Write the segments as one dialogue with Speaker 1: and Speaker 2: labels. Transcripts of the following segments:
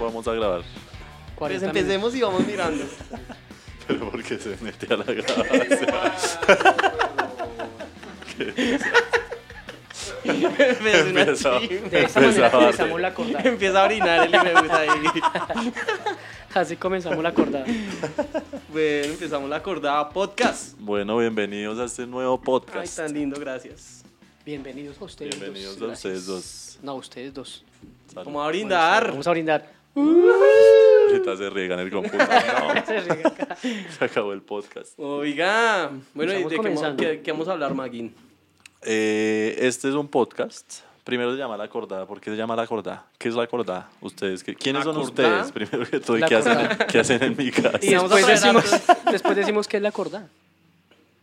Speaker 1: vamos a grabar.
Speaker 2: Pues
Speaker 3: 40 minutos.
Speaker 2: empecemos y vamos mirando.
Speaker 1: Pero porque se mete a la grabación.
Speaker 2: Pero es una
Speaker 1: Empezó.
Speaker 2: chimba.
Speaker 3: De
Speaker 1: Pues
Speaker 3: esta manera
Speaker 1: Empezaba a
Speaker 3: comenzamos la cordada.
Speaker 2: Empieza a orinar el hijo de puta ahí.
Speaker 3: Así comenzamos la cordada.
Speaker 2: Bueno, empezamos la cordada podcast.
Speaker 1: Bueno, bienvenidos a este nuevo
Speaker 2: Ay,
Speaker 1: podcast.
Speaker 2: tan lindo, gracias.
Speaker 3: Bienvenidos a ustedes dos.
Speaker 1: Bienvenidos a
Speaker 3: Gracias.
Speaker 1: ustedes dos.
Speaker 3: No, ustedes dos.
Speaker 1: Salud.
Speaker 2: Vamos a brindar.
Speaker 3: Vamos a brindar.
Speaker 1: Ahorita se riegan el computador. No,
Speaker 3: Se ríe acá.
Speaker 1: se acabó el podcast.
Speaker 2: Oiga, bueno,
Speaker 3: Estamos
Speaker 2: ¿y de qué, mo-
Speaker 3: comenzando.
Speaker 2: qué- qué vamos a hablar, Maguín?
Speaker 1: Eh, este es un podcast. Primero se llama La Cordada. ¿Por qué se llama La Cordada? ¿Qué es La Cordada? ¿Ustedes? qué- ¿Quiénes son
Speaker 2: ¿Acordada?
Speaker 1: ustedes? Primero que todo, ¿y
Speaker 3: La
Speaker 1: qué hacen,
Speaker 3: Cordada.
Speaker 1: qué hacen en mi casa? Pues
Speaker 2: Y vamos a
Speaker 3: Después
Speaker 2: traer
Speaker 3: decimos,
Speaker 2: hartos.
Speaker 3: después decimos qué es la cordada.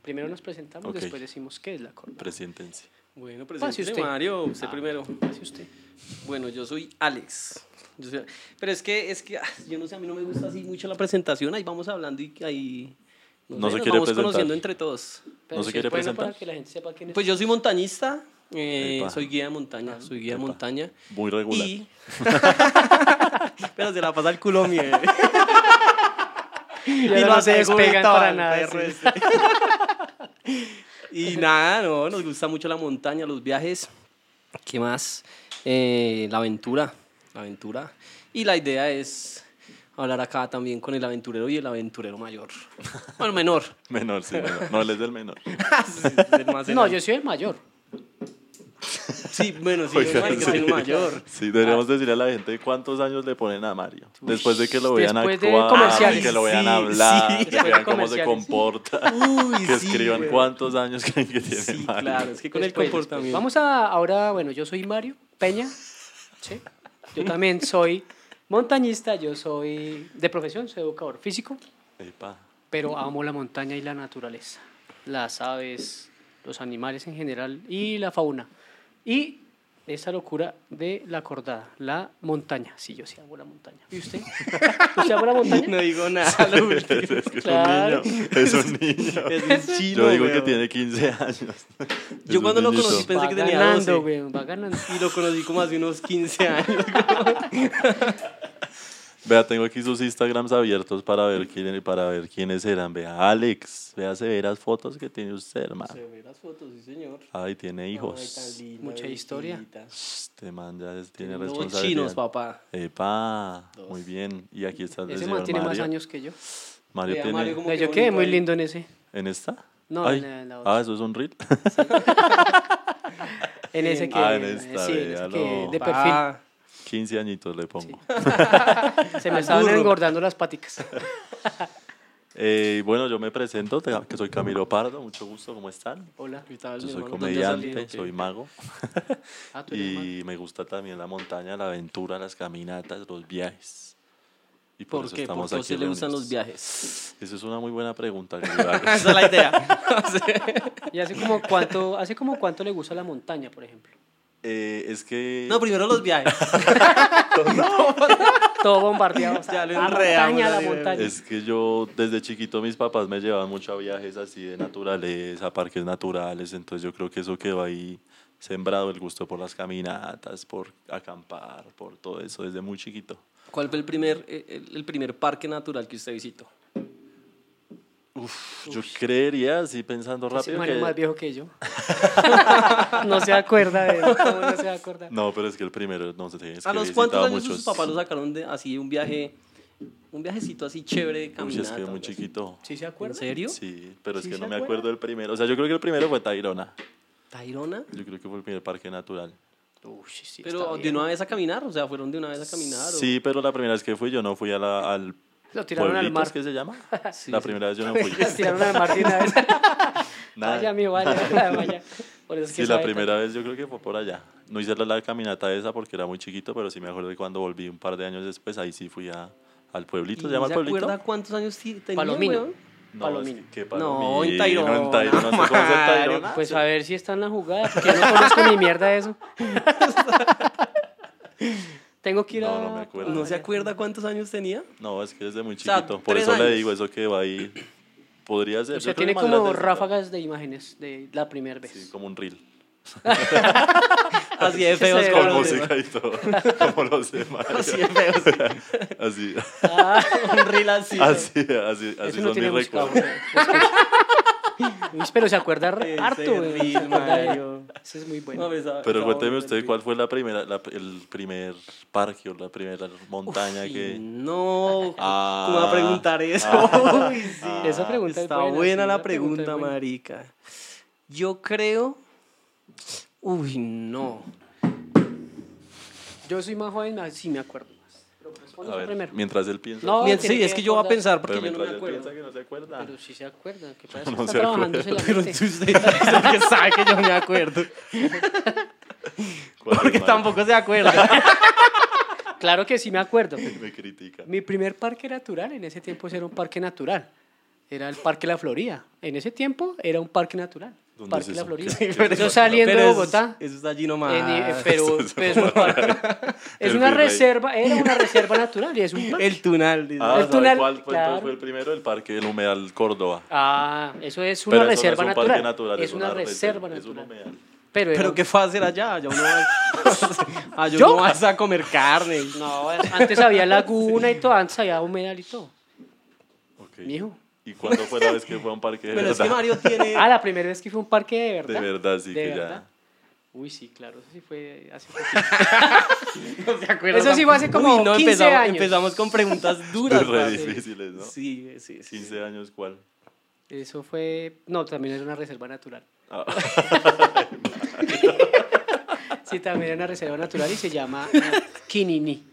Speaker 3: Primero nos presentamos,
Speaker 1: Ok.
Speaker 3: después decimos qué es la cordada.
Speaker 1: Preséntense.
Speaker 2: Bueno,
Speaker 3: Pase
Speaker 2: preséntese,
Speaker 3: usted.
Speaker 2: Mario. Usted
Speaker 3: Ah.
Speaker 2: primero.
Speaker 3: Pase usted.
Speaker 2: Bueno, yo soy Alex. Yo soy- pero es que, es que, ah, yo no sé, a mí no me gusta así mucho la presentación. Ahí vamos hablando y ahí.
Speaker 1: No se
Speaker 2: nos
Speaker 1: quiere
Speaker 2: vamos
Speaker 1: presentar.
Speaker 2: conociendo entre todos.
Speaker 3: Pero
Speaker 1: ¿No se
Speaker 3: si es
Speaker 1: quiere
Speaker 3: bueno
Speaker 1: presentar?
Speaker 3: Para que la gente sepa quién es.
Speaker 2: Pues yo soy montañista, eh,
Speaker 1: Epa.
Speaker 2: soy guía de
Speaker 3: Ah,
Speaker 2: montaña, soy guía de
Speaker 1: Epa.
Speaker 2: montaña.
Speaker 1: Muy regular.
Speaker 2: Y. Pero se la pasa el culo mío.
Speaker 3: Y ahora no se despegan para nada. sí.
Speaker 2: y nada, no, nos gusta mucho la montaña, los viajes. ¿Qué más? Eh, la aventura. La aventura. Y la idea es hablar acá también con el aventurero y el aventurero mayor. Bueno, menor.
Speaker 1: Menor, sí, menor. No, él es del menor.
Speaker 2: El más
Speaker 3: No,
Speaker 2: enano.
Speaker 3: yo soy el mayor.
Speaker 2: Sí, bueno, sí,
Speaker 1: Oiga,
Speaker 2: marica,
Speaker 1: sí.
Speaker 2: soy el mayor.
Speaker 1: Sí,
Speaker 2: Ah.
Speaker 1: deberíamos decirle a la gente cuántos años le ponen a Mario. Después de que lo vean
Speaker 3: después de
Speaker 1: actuar,
Speaker 3: comerciales.
Speaker 1: que lo vean
Speaker 2: Sí,
Speaker 1: hablar,
Speaker 2: sí.
Speaker 1: que
Speaker 3: Después de
Speaker 1: vean cómo se
Speaker 3: comerciales.
Speaker 1: comporta,
Speaker 2: Uy,
Speaker 1: que
Speaker 2: sí,
Speaker 1: escriban
Speaker 2: güey.
Speaker 1: cuántos años creen que tiene
Speaker 2: Sí,
Speaker 1: Mario.
Speaker 2: claro, es que con
Speaker 3: Después,
Speaker 2: el comportamiento.
Speaker 3: después. Vamos a, ahora, bueno, yo soy Mario Peña. ¿sí? Yo también soy montañista, yo soy de profesión, soy educador físico,
Speaker 1: Epa,
Speaker 3: pero amo la montaña y la naturaleza, las aves, los animales en general y la fauna. Y esa locura de la cordada, la montaña. Sí, yo sí amo la montaña. ¿Y usted? ¿Usted ama la montaña?
Speaker 2: No digo nada, lo último.
Speaker 1: Es, que es
Speaker 3: Claro.
Speaker 1: un niño, es un niño.
Speaker 2: Es un chino,
Speaker 1: Yo digo que
Speaker 2: weón.
Speaker 1: tiene 15 años. Es
Speaker 2: Yo
Speaker 1: un
Speaker 2: cuando lo
Speaker 1: niñito.
Speaker 2: conocí pues- pensé
Speaker 3: va
Speaker 2: que tenía
Speaker 3: ganando,
Speaker 2: 12.
Speaker 3: weón, va ganando.
Speaker 2: Y lo conocí como hace unos 15 años.
Speaker 1: Vea, tengo aquí sus Instagrams abiertos para ver, quién, para ver quiénes eran. Vea, Alex, vea severas fotos que tiene usted, hermano.
Speaker 2: ve las fotos, sí, señor.
Speaker 1: Ay, tiene hijos.
Speaker 3: Mucha historia.
Speaker 1: Este man ya es- tiene
Speaker 2: Los
Speaker 1: responsabilidad.
Speaker 2: chinos, papá.
Speaker 1: Epa, muy bien. Y aquí está el
Speaker 3: Ese
Speaker 1: señor
Speaker 3: man tiene más
Speaker 1: Mario.
Speaker 3: años que yo.
Speaker 1: Mario
Speaker 2: Vea,
Speaker 1: tiene.
Speaker 2: Mario, como
Speaker 3: No,
Speaker 2: que
Speaker 3: yo quedé
Speaker 2: bonito
Speaker 3: muy
Speaker 2: ahí.
Speaker 3: lindo en ese.
Speaker 1: ¿En esta?
Speaker 3: No,
Speaker 1: Ay.
Speaker 3: en la- en la
Speaker 1: Ah,
Speaker 3: otra.
Speaker 1: eso es un reel.
Speaker 3: En ese que, eh,
Speaker 1: Ah, en esta,
Speaker 3: sí, en ese
Speaker 1: vea,
Speaker 3: que
Speaker 1: no.
Speaker 3: de perfil.
Speaker 2: Pa.
Speaker 1: 15 añitos le pongo.
Speaker 3: Se me estaban
Speaker 2: burro.
Speaker 3: engordando las paticas.
Speaker 1: Eh, bueno, yo me presento, te- que soy Camilo Pardo, mucho gusto, ¿cómo están?
Speaker 3: Hola.
Speaker 2: ¿Qué tal,
Speaker 1: Yo
Speaker 2: mi
Speaker 1: soy
Speaker 2: hermano? ¿Dónde has
Speaker 1: comediante,
Speaker 2: salido? ¿Qué?
Speaker 1: soy mago
Speaker 3: Ah, tú eres
Speaker 1: y me gusta también la montaña, la aventura, las caminatas, los viajes. Y por,
Speaker 2: ¿Por
Speaker 1: eso
Speaker 2: qué? ¿Por
Speaker 1: estamos
Speaker 2: qué a
Speaker 1: aquí.
Speaker 2: usted le gustan los
Speaker 1: reunidos.
Speaker 2: viajes?
Speaker 1: Esa es una muy buena pregunta. que
Speaker 2: Esa
Speaker 1: yo-
Speaker 2: es la idea.
Speaker 3: mago. ¿Y hace como cuánto, hace como cuánto le gusta la montaña, por ejemplo?
Speaker 1: Eh, es que
Speaker 2: No, primero los viajes.
Speaker 3: Todo bombardeado. o sea,
Speaker 2: Ya lo
Speaker 3: la
Speaker 2: enredamos,
Speaker 3: montaña, la
Speaker 2: dale, dale.
Speaker 3: montaña.
Speaker 1: Es que yo desde chiquito mis papás me llevaban mucho a viajes así de naturaleza, parques naturales, entonces yo creo que eso quedó ahí sembrado el gusto por las caminatas, por acampar, por todo eso desde muy chiquito.
Speaker 2: ¿Cuál fue el primer, eh, el, el primer parque natural que usted visitó?
Speaker 1: Yo creería, así pensando
Speaker 3: Ese
Speaker 1: rápido,
Speaker 3: man es
Speaker 1: que-
Speaker 3: más viejo que yo. no se acuerda de él. ¿Cómo no se va a acordar?
Speaker 1: No, pero es que el primero, no sé, es
Speaker 2: ¿A
Speaker 1: que
Speaker 2: los
Speaker 1: he
Speaker 2: cuántos
Speaker 1: visitado
Speaker 2: años sus
Speaker 1: muchos.
Speaker 2: papás lo sacaron de así un viaje, un viajecito así chévere de
Speaker 1: Uy, es
Speaker 2: caminata?
Speaker 1: que muy
Speaker 2: güey?
Speaker 1: chiquito.
Speaker 3: ¿Sí se
Speaker 2: ¿En
Speaker 3: acuerda?
Speaker 2: serio?
Speaker 1: Sí, pero es
Speaker 3: ¿Sí
Speaker 1: que
Speaker 3: se
Speaker 1: no me
Speaker 3: acuerda?
Speaker 1: acuerdo del primero. O sea, yo creo que el primero fue Tairona.
Speaker 2: ¿Tairona?
Speaker 1: Yo creo que fue el primer parque natural.
Speaker 3: Uy, sí, está
Speaker 2: Pero de
Speaker 3: bien.
Speaker 2: una vez a caminar, o sea, fueron de una vez a caminar. o-
Speaker 1: Sí, pero la primera vez que fui yo no fui a la- al...
Speaker 3: Lo tiraron al
Speaker 1: pueblito,
Speaker 3: mar.
Speaker 1: ¿es que se llama?
Speaker 2: Sí,
Speaker 1: la
Speaker 2: sí.
Speaker 1: primera vez yo no fui.
Speaker 3: Las tiraron al mar de una vez.
Speaker 1: Nada.
Speaker 3: Vaya, amigo, vaya, vaya. Por eso es que
Speaker 1: Sí, la
Speaker 3: sabe
Speaker 1: primera vez yo creo que fue por allá. No hice la, la caminata esa porque era muy chiquito, pero sí me acuerdo de cuando volví un par de años después, ahí sí fui a, al
Speaker 2: ¿Y
Speaker 1: pueblito.
Speaker 2: no
Speaker 1: ¿Se llama el
Speaker 2: se
Speaker 1: pueblito?
Speaker 2: acuerda cuántos años ti- tenía,
Speaker 3: Palomino.
Speaker 1: No,
Speaker 2: weón?
Speaker 1: es
Speaker 3: Palomino.
Speaker 1: que- ¿qué
Speaker 2: No,
Speaker 1: Palomino?
Speaker 2: en Tayrona,
Speaker 1: En Tayrona, ¿no sé cómo es en
Speaker 2: Mario,
Speaker 1: Tayrona?
Speaker 3: Pues a ver si está en la jugada, porque yo no conozco ni mierda de eso. Tengo que ir
Speaker 1: No,
Speaker 3: a...
Speaker 1: no me acuerdo.
Speaker 2: ¿No se acuerda cuántos años tenía?
Speaker 1: No, es que desde muy
Speaker 2: sea,
Speaker 1: chiquito. por
Speaker 2: tres
Speaker 1: eso le
Speaker 2: años.
Speaker 1: digo, eso que va ahí podría ser.
Speaker 3: O
Speaker 1: yo
Speaker 3: sea,
Speaker 1: creo que
Speaker 3: tiene
Speaker 1: más grande
Speaker 3: como
Speaker 1: es-
Speaker 3: ráfagas de imágenes de la primera vez.
Speaker 1: Sí, como un reel.
Speaker 2: Así de feos
Speaker 3: se
Speaker 1: Con
Speaker 2: como los
Speaker 1: música y todo. Como los demás.
Speaker 2: demás. Así de feos.
Speaker 1: Así,
Speaker 3: Ah,
Speaker 2: Un reel así.
Speaker 1: así, así, así
Speaker 3: eso no
Speaker 1: son
Speaker 3: tiene
Speaker 1: mis
Speaker 3: buscado.
Speaker 1: recuerdos.
Speaker 3: Uy, Pero se acuerda re
Speaker 2: Ese
Speaker 3: harto, güey.
Speaker 2: reel,
Speaker 3: se acuerda de-
Speaker 2: Mario.
Speaker 3: Ese es muy bueno.
Speaker 2: No, pero esa-
Speaker 1: Pero
Speaker 2: esa
Speaker 1: cuénteme
Speaker 2: vaina
Speaker 1: usted
Speaker 2: del
Speaker 1: cuál fue la primera, la- el primer parque o la primera montaña
Speaker 2: Uy,
Speaker 1: que...
Speaker 2: No, ¿cómo
Speaker 1: Ah.
Speaker 2: va a preguntar eso?
Speaker 1: Ah.
Speaker 2: Uy, sí.
Speaker 1: Ah.
Speaker 3: Esa pregunta es
Speaker 2: Está
Speaker 3: buena,
Speaker 2: buena,
Speaker 3: sí,
Speaker 2: la
Speaker 3: esa pregunta es
Speaker 2: pregunta,
Speaker 3: buena.
Speaker 2: marica. Yo creo... Uy, no.
Speaker 3: Yo soy más joven, ah, sí me acuerdo más. Pero responda
Speaker 1: A
Speaker 3: usted
Speaker 1: ver,
Speaker 3: primero.
Speaker 1: mientras él piensa.
Speaker 3: No,
Speaker 2: Mientras-
Speaker 3: tiene
Speaker 2: sí,
Speaker 3: que
Speaker 2: es que yo voy a
Speaker 3: acordar.
Speaker 1: Pero
Speaker 2: pensar porque yo no
Speaker 1: mientras
Speaker 2: me
Speaker 1: él
Speaker 2: acuerdo.
Speaker 1: piensa que no se acuerda.
Speaker 3: Pero si se acuerda, ¿qué pasa?
Speaker 1: No
Speaker 3: está
Speaker 1: se
Speaker 3: trabajando la
Speaker 2: Pero
Speaker 3: mente.
Speaker 2: entonces usted es el que sabe que yo no me acuerdo.
Speaker 1: ¿Cuál es,
Speaker 2: Porque
Speaker 1: Mario?
Speaker 2: tampoco se acuerda.
Speaker 3: Claro que sí me acuerdo.
Speaker 1: Me critica.
Speaker 3: Mi primer parque natural en ese tiempo era un parque natural. Era el Parque La Florida. En ese tiempo era un parque natural.
Speaker 1: ¿Dónde
Speaker 3: Parque
Speaker 1: es
Speaker 3: La
Speaker 1: eso?
Speaker 3: Florida.
Speaker 1: ¿Qué- qué
Speaker 3: Yo
Speaker 1: es
Speaker 3: saliendo
Speaker 2: Pero
Speaker 3: de
Speaker 2: eso-
Speaker 3: Bogotá.
Speaker 2: Eso está allí nomás.
Speaker 3: en- eh, pero pero es un parque- es
Speaker 1: El
Speaker 3: una
Speaker 1: virrey.
Speaker 3: reserva, era una reserva natural y es un parque.
Speaker 2: El tunal. dice.
Speaker 1: Ah,
Speaker 3: El
Speaker 1: ¿sabe
Speaker 3: túnel,
Speaker 1: ¿Cuál fue,
Speaker 3: claro.
Speaker 1: entonces fue el primero? El parque, el humedal Córdoba.
Speaker 3: Ah, eso es una
Speaker 1: Pero eso no es
Speaker 3: reserva
Speaker 1: un parque
Speaker 3: natural.
Speaker 1: natural,
Speaker 3: Es una reserva
Speaker 1: Es un
Speaker 3: natural.
Speaker 1: humedal.
Speaker 3: Pero, era
Speaker 2: Pero
Speaker 3: un-
Speaker 2: ¿qué fue a hacer allá? Allá uno va- allá
Speaker 3: ¿Yo?
Speaker 2: uno vas a comer carne.
Speaker 3: No, antes había laguna y todo, antes había humedal y todo.
Speaker 1: Ok.
Speaker 3: Mijo.
Speaker 1: ¿Y cuándo fue la vez que fue a un parque de
Speaker 2: Pero es
Speaker 1: verdad?
Speaker 2: que Mario tiene...
Speaker 3: Ah, la primera vez que fue un parque de verdad.
Speaker 1: de verdad, sí
Speaker 3: De
Speaker 1: que
Speaker 3: verdad.
Speaker 1: ya.
Speaker 3: Uy, sí, claro, eso sí fue hace poquito.
Speaker 2: No se acuerda
Speaker 3: Eso sí fue hace como 15
Speaker 2: empezamos,
Speaker 3: años.
Speaker 2: Empezamos con preguntas duras.
Speaker 1: re
Speaker 2: parce.
Speaker 1: difíciles, ¿no?
Speaker 2: Sí, sí, sí.
Speaker 1: 15 años, ¿cuál?
Speaker 3: Eso fue. No, también era una reserva natural.
Speaker 1: Ah,
Speaker 3: Sí, también era una reserva natural y se llama Quinini.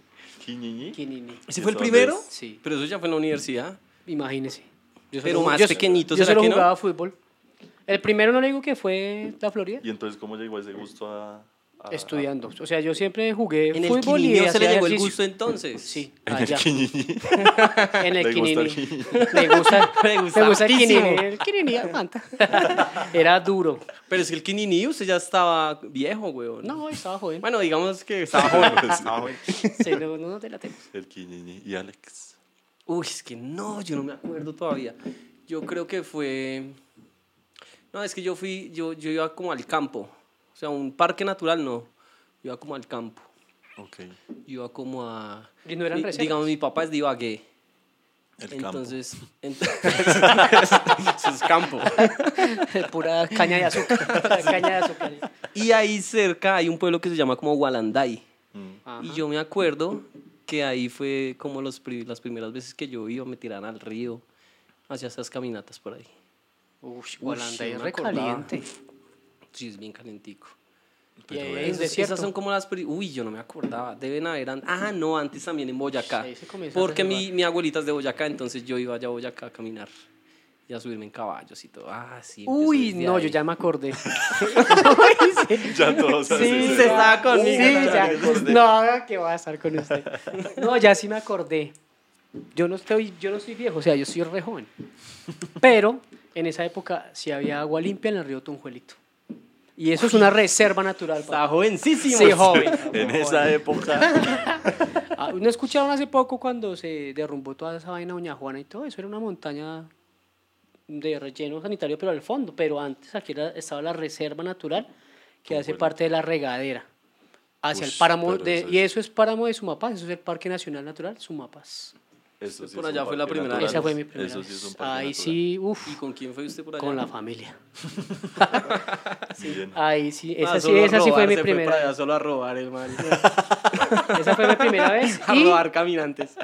Speaker 1: ¿Quiñiñi?
Speaker 3: Quinini.
Speaker 2: ¿Ese fue el
Speaker 1: ¿Eso dónde
Speaker 2: primero?
Speaker 1: es?
Speaker 3: Sí.
Speaker 2: Pero eso ya fue en la universidad.
Speaker 3: Imagínese. Yo
Speaker 2: Pero más
Speaker 3: yo-
Speaker 2: pequeñito,
Speaker 3: Yo
Speaker 2: ¿será
Speaker 3: solo
Speaker 2: que no?
Speaker 3: jugaba fútbol. El primero no le digo que fue la Florida.
Speaker 1: ¿Y entonces cómo llegó ese gusto a...? a-
Speaker 3: Estudiando. O sea, yo siempre jugué
Speaker 2: Ah. En el
Speaker 3: fútbol y
Speaker 2: Quirineo se le
Speaker 3: hacía
Speaker 2: llegó el
Speaker 3: ejercicio.
Speaker 2: gusto entonces.
Speaker 3: Sí,
Speaker 1: a- ¿En el
Speaker 3: allá.
Speaker 1: Quiñiñi?
Speaker 3: En el
Speaker 1: ¿Le gusta el
Speaker 3: Quinini.
Speaker 1: Quiñiñi?
Speaker 3: Me gusta,
Speaker 2: Le
Speaker 3: me
Speaker 2: gusta
Speaker 3: gusta, me gusta el
Speaker 2: hartísimo.
Speaker 3: Quinini. El Quinini aguanta. Era duro.
Speaker 2: Pero es que el Quinini usted ya estaba viejo, weón.
Speaker 3: No, estaba joven.
Speaker 2: Bueno, digamos que
Speaker 3: Ah,
Speaker 2: estaba joven.
Speaker 3: Sí, no, no nos delatemos.
Speaker 1: El Quiñiñi y Alex.
Speaker 2: Uy, es que no, yo no me acuerdo todavía. Yo creo que fue... No, es que yo fui, yo, yo iba como al campo. O sea, un parque natural no. Yo iba como al campo.
Speaker 1: Ok.
Speaker 2: Yo iba como a...
Speaker 3: ¿Y no eran
Speaker 2: di-
Speaker 3: reservas?
Speaker 2: Digamos, mi papá es de Ibagué.
Speaker 1: El
Speaker 2: entonces, entonces eso es campo.
Speaker 3: Pura caña de azúcar. caña de azúcar.
Speaker 2: Y ahí cerca hay un pueblo que se llama como Gualanday.
Speaker 1: campo. Mm.
Speaker 2: Y yo me acuerdo que ahí fue como los pri- las primeras veces que yo iba, me tiraban al río, hacia esas caminatas por ahí.
Speaker 3: Uy,
Speaker 2: Holanda es
Speaker 3: es
Speaker 2: recaliente.
Speaker 3: recaliente.
Speaker 2: Sí, es bien calentico.
Speaker 1: Pero
Speaker 3: ahí
Speaker 1: es-
Speaker 3: Es
Speaker 2: Esas-
Speaker 3: desierto.
Speaker 2: esas son como las... pri- Uy, yo no me acordaba. Deben haber... an- Ah, no, antes también en Boyacá.
Speaker 3: Ahí se comenzó a
Speaker 2: Porque mi,
Speaker 3: reservar.
Speaker 2: mi abuelita es de Boyacá, entonces yo iba allá a Boyacá a caminar y a subirme en caballos y todo. Ah, sí. empezó
Speaker 3: Uy,
Speaker 2: desde
Speaker 3: no, yo
Speaker 2: ahí.
Speaker 3: ya me acordé.
Speaker 1: Ya todos
Speaker 3: Sí,
Speaker 1: hacen-
Speaker 2: se estaba conmigo,
Speaker 3: Sí,
Speaker 2: ya
Speaker 3: ya.
Speaker 1: me acordé.
Speaker 3: No, que va a estar con usted. No, ya sí me acordé. Yo no estoy, yo no soy viejo, o sea, yo soy re joven. Pero en esa época sí había agua limpia en el río Tunjuelito. Y eso es una reserva natural.
Speaker 2: Estaba
Speaker 3: papá.
Speaker 2: jovencísimo.
Speaker 3: Sí, joven.
Speaker 1: En esa época.
Speaker 3: Ah, ¿No escucharon hace poco cuando se derrumbó toda esa vaina Doña Juana y todo eso? Era una montaña de relleno sanitario, pero al fondo. Pero antes aquí era- estaba la reserva natural que
Speaker 1: Qué
Speaker 3: hace
Speaker 1: bueno.
Speaker 3: parte de la regadera. Hacia el
Speaker 1: Ush,
Speaker 3: páramo,
Speaker 1: pero
Speaker 3: de-
Speaker 1: eso es-
Speaker 3: y eso es páramo de Sumapaz, eso es el Parque Nacional Natural Sumapaz.
Speaker 1: Eso sí
Speaker 2: Por
Speaker 1: es
Speaker 2: allá
Speaker 1: un
Speaker 2: fue la
Speaker 1: parque
Speaker 2: primera
Speaker 1: natural.
Speaker 2: vez.
Speaker 3: Esa fue mi primera
Speaker 1: Eso sí
Speaker 3: vez.
Speaker 1: es un parque
Speaker 3: Ahí
Speaker 1: natural.
Speaker 3: sí, uff,
Speaker 2: ¿Y con quién fue usted por allá?
Speaker 3: con la familia.
Speaker 1: Bien.
Speaker 3: Ahí sí,
Speaker 2: Ah,
Speaker 3: esa, sí,
Speaker 2: solo a
Speaker 3: esa sí fue
Speaker 2: robar,
Speaker 3: mi
Speaker 2: se
Speaker 3: primera
Speaker 2: para allá
Speaker 3: vez.
Speaker 2: solo a robar el man.
Speaker 3: Esa fue mi primera vez.
Speaker 2: a
Speaker 3: y-
Speaker 2: robar caminantes.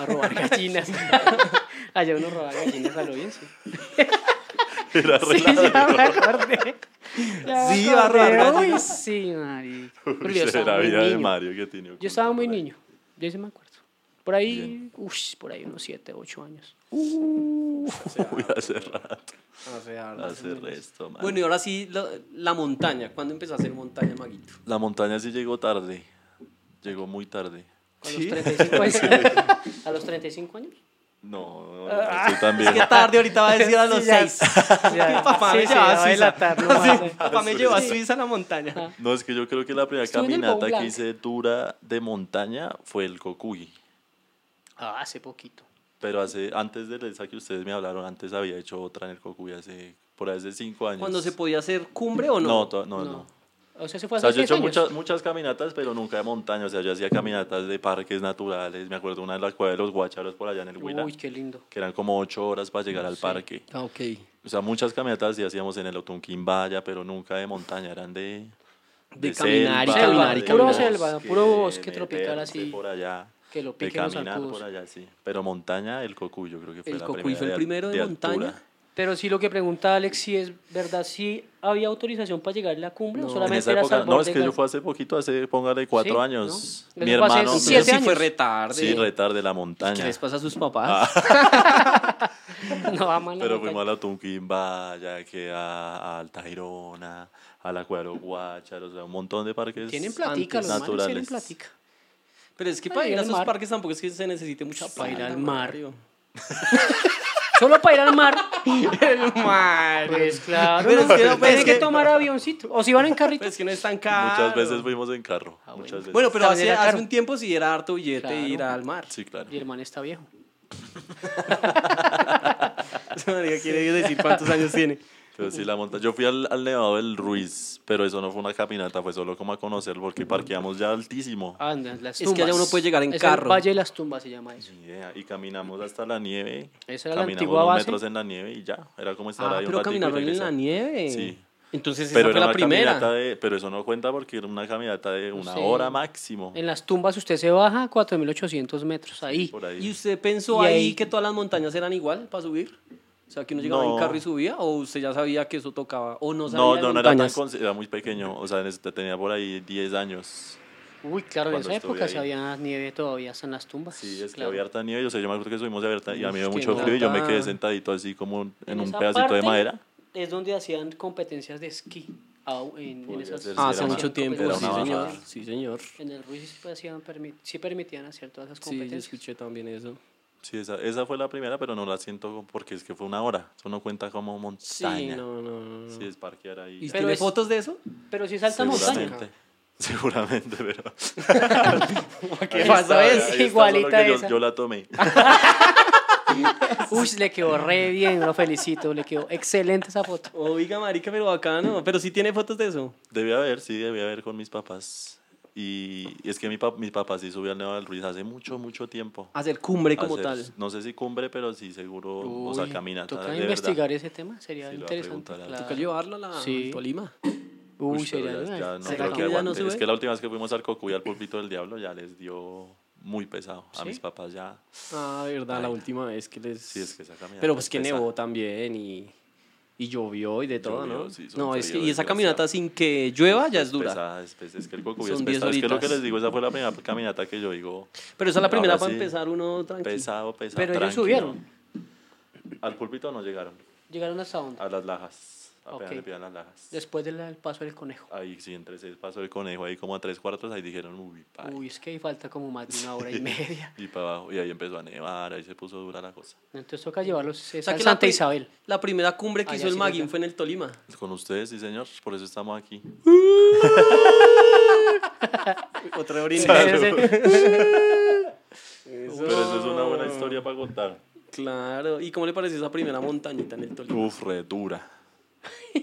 Speaker 3: A robar gallinas. Allá uno robaba gallinas a lo bien, sí.
Speaker 1: Era
Speaker 3: Ah, Sí, ya me acordé. Ya me
Speaker 2: Sí, iba a robar
Speaker 3: acordé. Uy,
Speaker 2: gallinas.
Speaker 3: Sí, marica. Pero
Speaker 1: Uy,
Speaker 3: yo
Speaker 1: esa era
Speaker 3: estaba muy
Speaker 1: vida de
Speaker 3: niño.
Speaker 1: Mario que tenía.
Speaker 3: Yo estaba muy niño. Yo sí me acuerdo. Por ahí, uy, por ahí unos 7, 8 años.
Speaker 1: Uy, hace rato.
Speaker 2: Hace
Speaker 1: Hace resto, man.
Speaker 2: Bueno, y ahora sí, la, la montaña. ¿Cuándo empezó a hacer montaña, Maguito?
Speaker 1: La montaña sí llegó tarde. Llegó muy tarde.
Speaker 3: A
Speaker 2: ¿Sí?
Speaker 3: los 35 años. A los 35 años.
Speaker 1: No, no, no,
Speaker 3: Ah.
Speaker 1: estoy también.
Speaker 2: Es que tarde, ahorita va a decir a los
Speaker 3: Sí, ya.
Speaker 2: seis.
Speaker 3: Ya,
Speaker 2: Papá
Speaker 3: sí,
Speaker 2: me
Speaker 3: se
Speaker 2: lleva
Speaker 3: va
Speaker 2: a
Speaker 3: a
Speaker 2: Suiza.
Speaker 3: delatar, no va a
Speaker 2: Sí,
Speaker 3: ser.
Speaker 2: papá me
Speaker 1: Sí.
Speaker 2: lleva a Suiza a la montaña.
Speaker 3: Ah.
Speaker 1: No, es que yo creo que la primera
Speaker 3: Estuve en el Mont
Speaker 1: caminata
Speaker 3: Blanc.
Speaker 1: que hice dura de montaña fue el Cocuy.
Speaker 3: Ah, hace poquito.
Speaker 1: Pero hace, antes de esa que ustedes me hablaron, antes había hecho otra en el Cocuy hace por ahí hace cinco años.
Speaker 2: ¿Cuándo se podía hacer cumbre o
Speaker 1: No,
Speaker 2: no?
Speaker 1: to- no,
Speaker 3: No.
Speaker 1: no.
Speaker 3: O sea, se
Speaker 1: O
Speaker 3: fue hace
Speaker 1: sea, yo he
Speaker 3: seis
Speaker 1: hecho
Speaker 3: años.
Speaker 1: muchas, muchas caminatas, pero nunca de montaña. O sea, yo hacía caminatas de parques naturales. Me acuerdo una de las cuevas de los guacharos por allá en el Huila,
Speaker 3: Uy, qué lindo.
Speaker 1: que eran como ocho horas para llegar al parque.
Speaker 2: Ah, ok.
Speaker 1: O sea, muchas caminatas sí hacíamos en el Otunquimbaya, pero nunca de montaña, eran de...
Speaker 2: De caminar y
Speaker 1: selva,
Speaker 2: caminar y
Speaker 1: de
Speaker 2: caminar.
Speaker 3: Puro selva, puro bosque tropical
Speaker 1: meterse
Speaker 3: así,
Speaker 1: Por allá.
Speaker 3: que lo
Speaker 1: De
Speaker 3: piquen los
Speaker 1: caminar
Speaker 3: zancudos.
Speaker 1: por allá, sí. Pero montaña, el Cocuy, yo creo que fue
Speaker 2: ¿El
Speaker 1: la
Speaker 2: Cocuy
Speaker 1: primera
Speaker 2: fue el
Speaker 1: al-
Speaker 2: primero de
Speaker 1: altura.
Speaker 2: montaña?
Speaker 3: Pero sí lo que pregunta Alex, si es verdad, si había autorización para llegar a la cumbre
Speaker 2: No.
Speaker 3: o
Speaker 1: En
Speaker 3: solamente
Speaker 1: esa
Speaker 3: era
Speaker 1: época, no, es que
Speaker 3: salvordegas?
Speaker 1: yo fue hace poquito, hace, póngale cuatro
Speaker 3: ¿no?
Speaker 1: años.
Speaker 3: Eso
Speaker 1: Mi
Speaker 3: fue hace
Speaker 1: hermano...
Speaker 2: Pero
Speaker 3: siete
Speaker 2: sí
Speaker 3: años.
Speaker 2: fue retarde.
Speaker 1: Sí, Ah. retar de la montaña.
Speaker 2: ¿Qué les pasa a sus papás?
Speaker 3: No, aman la
Speaker 1: Pero
Speaker 3: montaña.
Speaker 1: fuimos a la Tunquimbaya, que a, a Alta Girona, a la Cuadro Guacharos, o sea, un montón de parques.
Speaker 3: Tienen platica, los
Speaker 2: antes
Speaker 3: manes tienen
Speaker 1: naturales.
Speaker 3: platica.
Speaker 2: Pero es que para
Speaker 3: Ay,
Speaker 2: ir a
Speaker 3: al
Speaker 2: esos
Speaker 3: mar.
Speaker 2: parques tampoco es que se necesite mucha
Speaker 3: Para ir
Speaker 2: plata,
Speaker 3: al mar.
Speaker 2: Mario.
Speaker 3: Solo para ir al mar.
Speaker 2: el mar.
Speaker 3: Pues claro,
Speaker 2: Pero
Speaker 3: pero
Speaker 2: es que no, pero es
Speaker 1: pues
Speaker 3: tienen que
Speaker 2: que-
Speaker 3: tomar avioncito. O si van en carrito.
Speaker 2: Pues es que no es tan caro.
Speaker 1: Muchas veces fuimos en carro.
Speaker 3: Ah,
Speaker 1: muchas
Speaker 3: bueno.
Speaker 1: veces.
Speaker 2: Bueno, pero
Speaker 3: También
Speaker 2: hace,
Speaker 3: era
Speaker 2: hace
Speaker 3: caro.
Speaker 2: un tiempo sí era harto billete
Speaker 3: Claro.
Speaker 2: ir al mar.
Speaker 1: sí, claro.
Speaker 3: Y el man está viejo.
Speaker 2: Esa marica quiere decir cuántos años tiene.
Speaker 1: Pero sí, la monta- Yo fui al, al Nevado del Ruiz, pero eso no fue una caminata, fue solo como a conocer porque parqueamos ya altísimo.
Speaker 2: Ah.
Speaker 3: Anda, Ah, las
Speaker 2: Es que allá
Speaker 3: tumbas.
Speaker 2: uno puede llegar en
Speaker 3: Es
Speaker 2: carro.
Speaker 3: El Valle de las Tumbas se llama eso.
Speaker 1: Ni idea, Y caminamos hasta la nieve.
Speaker 3: Esa era la
Speaker 1: caminamos
Speaker 3: antigua
Speaker 1: unos
Speaker 3: base.
Speaker 1: metros en la nieve y ya. Era como estar
Speaker 2: Ah,
Speaker 1: ahí un
Speaker 2: pero
Speaker 1: ratico y
Speaker 2: caminaron en la
Speaker 1: regresar.
Speaker 2: nieve.
Speaker 1: Sí.
Speaker 2: Entonces
Speaker 1: Pero era
Speaker 2: esa fue la
Speaker 1: una caminata
Speaker 2: primera.
Speaker 1: de, pero eso no cuenta porque era una caminata de una
Speaker 3: sé.
Speaker 1: hora máximo.
Speaker 3: En las tumbas usted se baja a 4.800 metros ahí.
Speaker 1: Por ahí.
Speaker 2: ¿Y usted pensó
Speaker 3: Y
Speaker 2: ahí,
Speaker 3: ahí-
Speaker 2: que todas las montañas eran igual para subir? O sea, que uno llegaba en
Speaker 1: No.
Speaker 2: carro y subía, o usted ya sabía que eso tocaba, o no sabía
Speaker 1: No,
Speaker 2: de
Speaker 1: no, no era tan
Speaker 2: montañas?
Speaker 1: consci- era muy pequeño, o sea, en ese- tenía por ahí 10 años.
Speaker 3: Uy, claro, en
Speaker 1: Cuando
Speaker 3: esa
Speaker 1: estuve
Speaker 3: época
Speaker 1: ahí.
Speaker 3: se había nieve todavía hasta en las tumbas.
Speaker 1: Sí, es
Speaker 3: claro.
Speaker 1: que había harta nieve, yo sé, yo me acuerdo que subimos de harta y a mí me dio
Speaker 2: Uy, qué
Speaker 1: mucho frío y yo me
Speaker 2: nota.
Speaker 1: quedé sentadito así como en, en un
Speaker 3: esa
Speaker 1: pedacito de
Speaker 3: parte
Speaker 1: madera.
Speaker 3: Es donde hacían competencias de esquí. au- en, en
Speaker 1: Podría
Speaker 3: esas-
Speaker 1: ser, sí,
Speaker 2: Ah,
Speaker 1: era
Speaker 2: hace
Speaker 1: una-
Speaker 2: mucho tiempo,
Speaker 1: era
Speaker 2: sí
Speaker 1: una
Speaker 2: señor,
Speaker 1: bajada.
Speaker 2: sí señor.
Speaker 3: En el Ruiz sí, hacían permi- sí permitían hacer todas esas
Speaker 2: Sí, yo
Speaker 3: competencias.
Speaker 2: escuché también eso.
Speaker 1: Sí, esa, esa fue la primera, pero no la siento porque es que fue una hora. Eso no cuenta como
Speaker 2: Sí,
Speaker 1: montaña. Sí,
Speaker 2: no, no, no.
Speaker 1: es parquear ahí.
Speaker 2: ¿Y
Speaker 3: Pero
Speaker 2: tiene
Speaker 3: es-
Speaker 2: fotos de eso?
Speaker 3: Pero si salta montaña.
Speaker 1: Seguramente. Seguramente, pero.
Speaker 2: ¿Qué
Speaker 1: Ahí
Speaker 2: pasó?
Speaker 1: está,
Speaker 2: Es
Speaker 1: ahí está,
Speaker 3: igualita
Speaker 1: solo que yo-
Speaker 3: esa.
Speaker 1: Yo, la tomé.
Speaker 3: Uy, le quedó re bien, lo felicito. Le quedó excelente esa foto.
Speaker 2: Oiga, marica, pero bacano. Pero sí tiene fotos de eso.
Speaker 1: Debía haber, sí, debía haber con mis papás. Y, y es que mi, pap- mi papá sí subió al Nevado del Ruiz hace mucho, mucho tiempo.
Speaker 2: Hacer cumbre como
Speaker 1: Hacer-
Speaker 2: tal.
Speaker 1: No sé si cumbre, pero sí seguro, o sea,
Speaker 3: Uy,
Speaker 1: caminata.
Speaker 3: Toca
Speaker 1: de
Speaker 3: investigar
Speaker 1: verdad.
Speaker 3: ese tema, sería
Speaker 1: Sí, lo va a
Speaker 3: interesante.
Speaker 1: preguntar a-
Speaker 3: claro.
Speaker 2: Toca llevarlo a la
Speaker 3: Sí.
Speaker 2: al Tolima.
Speaker 3: Uy,
Speaker 1: Uy, pero
Speaker 3: sería
Speaker 1: ya-
Speaker 3: una-
Speaker 1: ya no
Speaker 2: ¿Será
Speaker 1: creo
Speaker 2: que
Speaker 1: que
Speaker 2: ya no
Speaker 1: aguante.
Speaker 2: sube?
Speaker 1: Es que la última vez que fuimos al Cocuy, al Pulpito del Diablo, ya les dio muy pesado. A
Speaker 3: ¿Sí?
Speaker 1: mis papás ya.
Speaker 2: Ah, verdad, la
Speaker 1: Ay.
Speaker 2: última vez que les...
Speaker 1: Sí, es que esa caminata.
Speaker 2: Pero pues que
Speaker 1: es pesada.
Speaker 2: nevó también y, y llovió y de todo, ¿no?
Speaker 1: Llovió, sí, hizo un
Speaker 2: no, es que
Speaker 1: frío
Speaker 2: y esa
Speaker 1: desgraciado.
Speaker 2: caminata sin que llueva ya es dura.
Speaker 1: pesada, es, pes- es que el Cocuy es
Speaker 2: Son diez
Speaker 1: pesado. Es que lo que
Speaker 2: horitas.
Speaker 1: les digo, esa fue la primera caminata que yo digo.
Speaker 2: Pero esa es la
Speaker 1: Ahora
Speaker 2: primera para
Speaker 1: sí.
Speaker 2: empezar uno tranquilo.
Speaker 1: Pesado, pesado.
Speaker 3: Pero ellos
Speaker 1: tranquilo.
Speaker 3: subieron.
Speaker 1: Al pulpito no llegaron,
Speaker 3: Llegaron hasta dónde?
Speaker 1: a las lajas. Apenas
Speaker 3: Ok.
Speaker 1: le pidan las lajas.
Speaker 3: Después del del paso del conejo.
Speaker 1: Ahí sí, entre seis pasos del conejo, ahí como a tres cuartos, ahí dijeron, uy, pa.
Speaker 3: Uy, es que ahí falta como más de una hora y media.
Speaker 1: Y para abajo, y ahí empezó a nevar, ahí se puso dura la cosa.
Speaker 3: Entonces toca llevarlos
Speaker 2: O
Speaker 3: es
Speaker 2: sea,
Speaker 3: al
Speaker 2: que la
Speaker 3: Santa
Speaker 2: pri-
Speaker 3: Isabel.
Speaker 2: La primera cumbre que
Speaker 3: Ah, ya
Speaker 2: hizo el
Speaker 3: sí,
Speaker 2: Maguín
Speaker 3: verdad.
Speaker 2: fue en el Tolima.
Speaker 1: Con ustedes, sí, señor, por eso estamos aquí.
Speaker 2: Otra
Speaker 1: Salud.
Speaker 2: Eso.
Speaker 1: Pero eso es una buena historia para contar.
Speaker 2: Claro. ¿Y cómo le pareció esa primera montañita en el Tolima?
Speaker 1: Uf, re dura.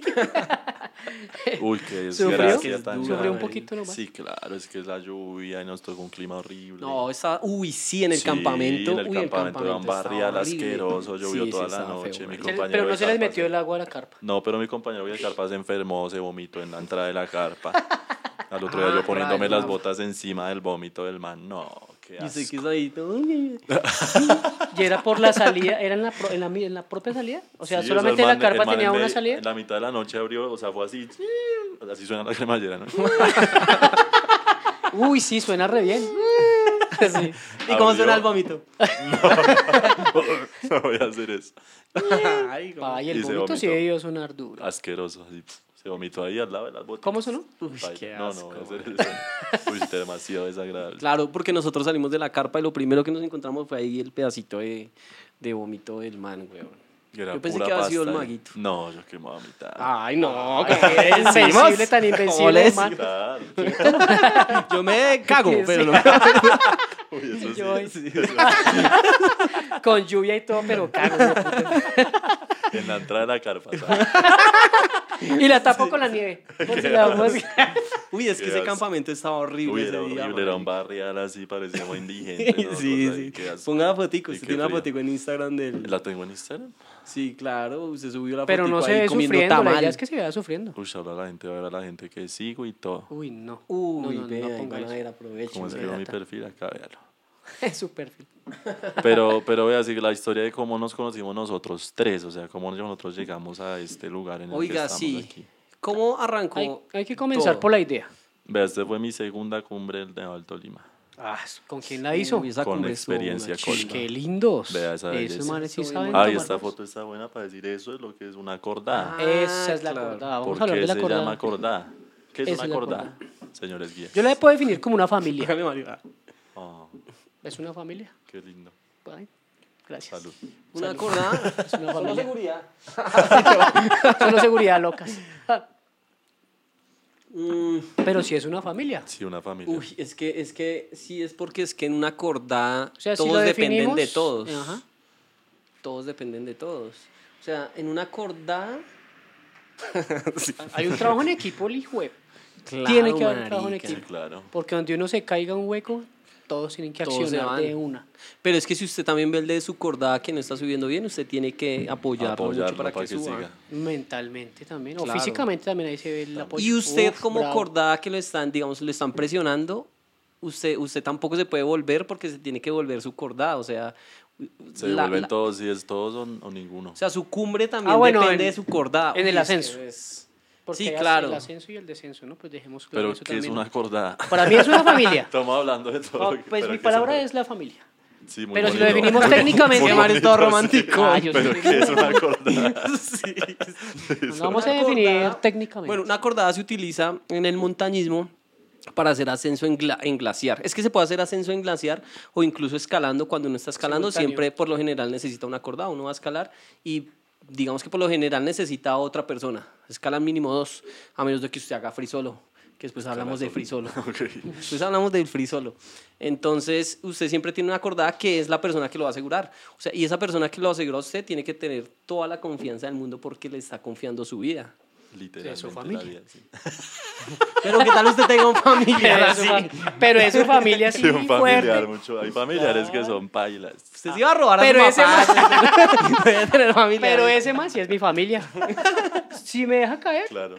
Speaker 1: Uy, qué
Speaker 3: ¿Sufrió?
Speaker 1: desgracia tan
Speaker 2: Sufrió
Speaker 1: grave.
Speaker 2: un
Speaker 3: poquito nomás.
Speaker 1: Sí, claro, es que es la lluvia y nos tocó un clima horrible.
Speaker 2: No, esa, uy, sí, en el
Speaker 1: Sí,
Speaker 2: campamento.
Speaker 1: en el
Speaker 2: uy,
Speaker 1: campamento era un
Speaker 2: estaba
Speaker 1: barrial
Speaker 2: horrible.
Speaker 1: asqueroso, llovió toda la
Speaker 2: estaba
Speaker 1: noche, mi
Speaker 2: marica.
Speaker 3: Se-
Speaker 1: compañero
Speaker 3: Pero no
Speaker 1: de
Speaker 3: se les
Speaker 1: carpa,
Speaker 3: metió
Speaker 1: sí.
Speaker 3: el agua a la carpa.
Speaker 1: No, pero mi compañero Villacarpa se enfermó, se vomitó en la entrada de la carpa. Al otro día
Speaker 2: Ah,
Speaker 1: yo poniéndome
Speaker 2: rayos.
Speaker 1: las botas encima del vómito del man. No, qué
Speaker 2: Y se
Speaker 1: asco.
Speaker 2: quiso ahí. todo, uy,
Speaker 3: Y era por la salida, era en la, pro- en la, mi- en la propia salida. O sea,
Speaker 1: Sí,
Speaker 3: solamente
Speaker 1: el
Speaker 3: la
Speaker 1: man-
Speaker 3: carpa
Speaker 1: el man
Speaker 3: tenía
Speaker 1: en
Speaker 3: una
Speaker 1: medio-
Speaker 3: salida.
Speaker 1: En la mitad de la noche abrió, o sea, fue así. Así suena la cremallera, ¿no?
Speaker 3: Uy, sí, suena re bien. Sí.
Speaker 2: ¿Y cómo
Speaker 1: Abrió.
Speaker 2: suena el vómito?
Speaker 1: no voy a hacer eso.
Speaker 2: Ay, cómo-
Speaker 3: Ay,
Speaker 1: Y
Speaker 3: el
Speaker 1: se
Speaker 3: vómito sí
Speaker 1: vomitó.
Speaker 3: debió sonar duro.
Speaker 1: Asqueroso. así, pf, se vomitó ahí al lado de las botas.
Speaker 3: ¿Cómo sonó?
Speaker 2: Uy,
Speaker 1: Ay,
Speaker 2: qué
Speaker 1: no,
Speaker 2: asco.
Speaker 1: no voy a hacer eso. Uy, está demasiado desagradable.
Speaker 2: Claro, porque nosotros salimos de la carpa y lo primero que nos encontramos fue ahí el pedacito de, de vómito del man, weón.
Speaker 1: Y era
Speaker 2: Yo pensé
Speaker 1: pura
Speaker 2: que había sido el
Speaker 1: pasta, ¿eh?
Speaker 2: maguito. Ah.
Speaker 1: No, yo que me voy a vomitar.
Speaker 2: Ay, no,
Speaker 3: Ay, qué invencible, tan invencible, man.
Speaker 1: Vomitar.
Speaker 2: Yo me cago,
Speaker 3: Sí,
Speaker 2: pero
Speaker 3: sí.
Speaker 2: no.
Speaker 1: Uy, eso sí,
Speaker 3: Yo-
Speaker 1: sí, eso
Speaker 3: Con lluvia y todo, pero cago.
Speaker 1: En la entrada de la carpa. ¿sabes?
Speaker 3: Y la tapo con la nieve. por si la mosca.
Speaker 2: Uy, es que
Speaker 1: Qué
Speaker 2: ese
Speaker 1: asco.
Speaker 2: campamento estaba horrible
Speaker 1: Uy,
Speaker 2: ese
Speaker 1: era
Speaker 2: día,
Speaker 1: horrible, era un
Speaker 2: marica.
Speaker 1: barrial así, parecíamos indigentes. ¿no? Cosa
Speaker 2: Sí,
Speaker 1: ahí,
Speaker 2: sí.
Speaker 1: qué asco.
Speaker 2: Ponga la fotico,
Speaker 1: Y
Speaker 2: usted
Speaker 1: qué
Speaker 2: tiene una
Speaker 1: frío.
Speaker 2: fotico en Instagram del...
Speaker 1: ¿La tengo en Instagram?
Speaker 2: Sí, claro, usted subió la
Speaker 3: Pero
Speaker 2: fotico
Speaker 3: no se
Speaker 2: ahí
Speaker 3: ve
Speaker 2: comiendo
Speaker 3: sufriendo. La
Speaker 2: tamal.
Speaker 3: idea es que se vea sufriendo.
Speaker 1: Uy, ahora la gente va a ver a la gente que sigo y todo.
Speaker 3: Uy, no.
Speaker 2: Uy,
Speaker 3: no, no,
Speaker 2: vea,
Speaker 3: no
Speaker 2: ahí
Speaker 3: ponga
Speaker 2: van a
Speaker 3: eso.
Speaker 2: ver, aprovechen,
Speaker 1: Como se
Speaker 2: vea.
Speaker 1: quedó mi perfil acá, véalo.
Speaker 3: Es su perfil.
Speaker 1: Pero, pero vea, así la historia de cómo nos conocimos nosotros tres, o sea, cómo nosotros llegamos a este lugar en el que
Speaker 2: Oiga,
Speaker 1: estamos
Speaker 2: sí.
Speaker 1: aquí.
Speaker 2: ¿Cómo arrancó?
Speaker 3: Hay, hay que comenzar
Speaker 2: todo?
Speaker 3: por la idea.
Speaker 1: Vea, esta fue mi segunda cumbre del Nevado del Tolima.
Speaker 3: Pues, ¿Con quién la hizo?
Speaker 2: Uy, Ah, esa
Speaker 1: Con
Speaker 2: cumbre estuvo
Speaker 1: experiencia
Speaker 2: una
Speaker 1: con-
Speaker 3: Ush,
Speaker 1: Colma.
Speaker 3: qué lindos.
Speaker 1: Vea esa
Speaker 3: Esos
Speaker 1: belleza.
Speaker 3: manes sí
Speaker 2: Soy
Speaker 3: saben
Speaker 2: Venga,
Speaker 1: Ay,
Speaker 3: tomar
Speaker 1: esta
Speaker 3: fotos.
Speaker 1: foto está buena para decir eso, es lo que es una cordada.
Speaker 2: Ah,
Speaker 3: Esa es la
Speaker 2: claro.
Speaker 3: cordada. Vamos a
Speaker 1: ¿Por
Speaker 3: hablar
Speaker 1: qué se
Speaker 3: de la
Speaker 1: llama
Speaker 3: cordada.
Speaker 1: cordada? ¿Qué es
Speaker 3: Esa
Speaker 1: una
Speaker 3: es la
Speaker 1: cordada? Señores guías.
Speaker 3: Yo la puedo definir como una familia.
Speaker 2: Hágale, Mario.
Speaker 1: Oh,
Speaker 3: ¿Es una familia?
Speaker 1: qué lindo.
Speaker 3: Ay, Gracias.
Speaker 1: Salud.
Speaker 2: Una cordada.
Speaker 3: Es una
Speaker 2: Solo
Speaker 3: familia.
Speaker 2: seguridad.
Speaker 3: Solo seguridad locas.
Speaker 2: Mm,
Speaker 3: Pero si es una familia.
Speaker 1: Sí, una familia.
Speaker 2: uy, es que, es que sí, es porque es que en una cordada
Speaker 3: O sea, si
Speaker 2: todos
Speaker 3: lo
Speaker 2: dependen de
Speaker 3: definimos,
Speaker 2: todos.
Speaker 3: ajá.
Speaker 2: Todos dependen de todos. O sea, en una cordada.
Speaker 3: Hay un trabajo en equipo, el hijo de-
Speaker 2: Claro,
Speaker 3: Tiene que haber un trabajo en
Speaker 2: marica.
Speaker 1: Sí,
Speaker 3: equipo.
Speaker 1: claro.
Speaker 3: Porque donde uno se caiga un hueco, todos tienen que
Speaker 2: Todos se
Speaker 3: accionar
Speaker 2: van.
Speaker 3: de una.
Speaker 2: Pero es que si usted también ve el de su cordada que no está subiendo bien, usted tiene que apoyarlo, mucho
Speaker 1: Apoyarlo
Speaker 2: para, que, suba.
Speaker 1: siga.
Speaker 3: Mentalmente también. O
Speaker 2: Claro.
Speaker 3: físicamente también ahí se ve el apoyo.
Speaker 2: Y usted
Speaker 3: Uf,
Speaker 2: como
Speaker 3: bravo.
Speaker 2: cordada que lo están, digamos, lo están presionando, usted, usted tampoco se puede volver porque se tiene que volver su cordada, o sea,
Speaker 1: Se
Speaker 2: la-
Speaker 1: devuelven
Speaker 2: la-
Speaker 1: todos, si es todos o, o ninguno.
Speaker 2: o sea, su cumbre también
Speaker 3: Ah, bueno,
Speaker 2: depende
Speaker 3: en-
Speaker 2: de su cordada.
Speaker 3: en el
Speaker 2: es que
Speaker 3: ascenso.
Speaker 2: es-
Speaker 3: Porque
Speaker 2: Sí,
Speaker 3: hay
Speaker 2: claro.
Speaker 3: El ascenso y el descenso, ¿no? Pues dejemos claro
Speaker 1: pero
Speaker 3: eso
Speaker 1: que es
Speaker 3: también.
Speaker 1: una cordada.
Speaker 3: Para mí es una familia.
Speaker 1: Estamos hablando de todo.
Speaker 3: Ah,
Speaker 1: lo que-
Speaker 3: pues
Speaker 1: pero
Speaker 3: mi
Speaker 1: que
Speaker 3: palabra
Speaker 1: son-
Speaker 3: es la familia.
Speaker 1: Sí, muy
Speaker 3: pero si lo
Speaker 1: bonito.
Speaker 3: definimos
Speaker 1: Muy-
Speaker 3: técnicamente,
Speaker 1: muy
Speaker 2: Mario es todo
Speaker 1: bonito, sí.
Speaker 2: romántico.
Speaker 3: Ah, yo
Speaker 1: Pero
Speaker 3: sí.
Speaker 1: que es una cordada.
Speaker 2: Sí.
Speaker 3: Nos vamos a
Speaker 2: Una
Speaker 3: definir
Speaker 2: cordada-
Speaker 3: técnicamente.
Speaker 2: Bueno, una cordada se utiliza en el montañismo para hacer ascenso en, gla- en glaciar. Es que se puede hacer ascenso en glaciar o incluso escalando. Cuando uno está escalando,
Speaker 3: Simultáneo.
Speaker 2: siempre por lo general necesita una cordada. Uno va a escalar y digamos que por lo general necesita a otra persona. Escala mínimo dos, a menos de que usted haga free solo, que después hablamos de free solo.
Speaker 1: Ok.
Speaker 2: Entonces hablamos del free solo. Entonces, usted siempre tiene una cordada que es la persona que lo va a asegurar. O sea, y esa persona que lo asegura a usted tiene que tener toda la confianza del mundo porque le está confiando su vida.
Speaker 1: Literalmente.
Speaker 3: su
Speaker 1: la
Speaker 3: familia.
Speaker 1: vida, sí.
Speaker 2: Pero qué tal usted tenga un familiar
Speaker 3: pero, es
Speaker 2: así.
Speaker 3: su fa- pero es su familia así
Speaker 1: Sí, un familiar,
Speaker 3: fuerte.
Speaker 1: mucho. Hay familiares que son pailas.
Speaker 2: Usted se iba a robar a
Speaker 3: Pero
Speaker 2: su
Speaker 3: ese
Speaker 2: papá. Debe tener familia.
Speaker 3: Pero ese más sí es mi familia. si me deja caer,
Speaker 1: Ah, Claro.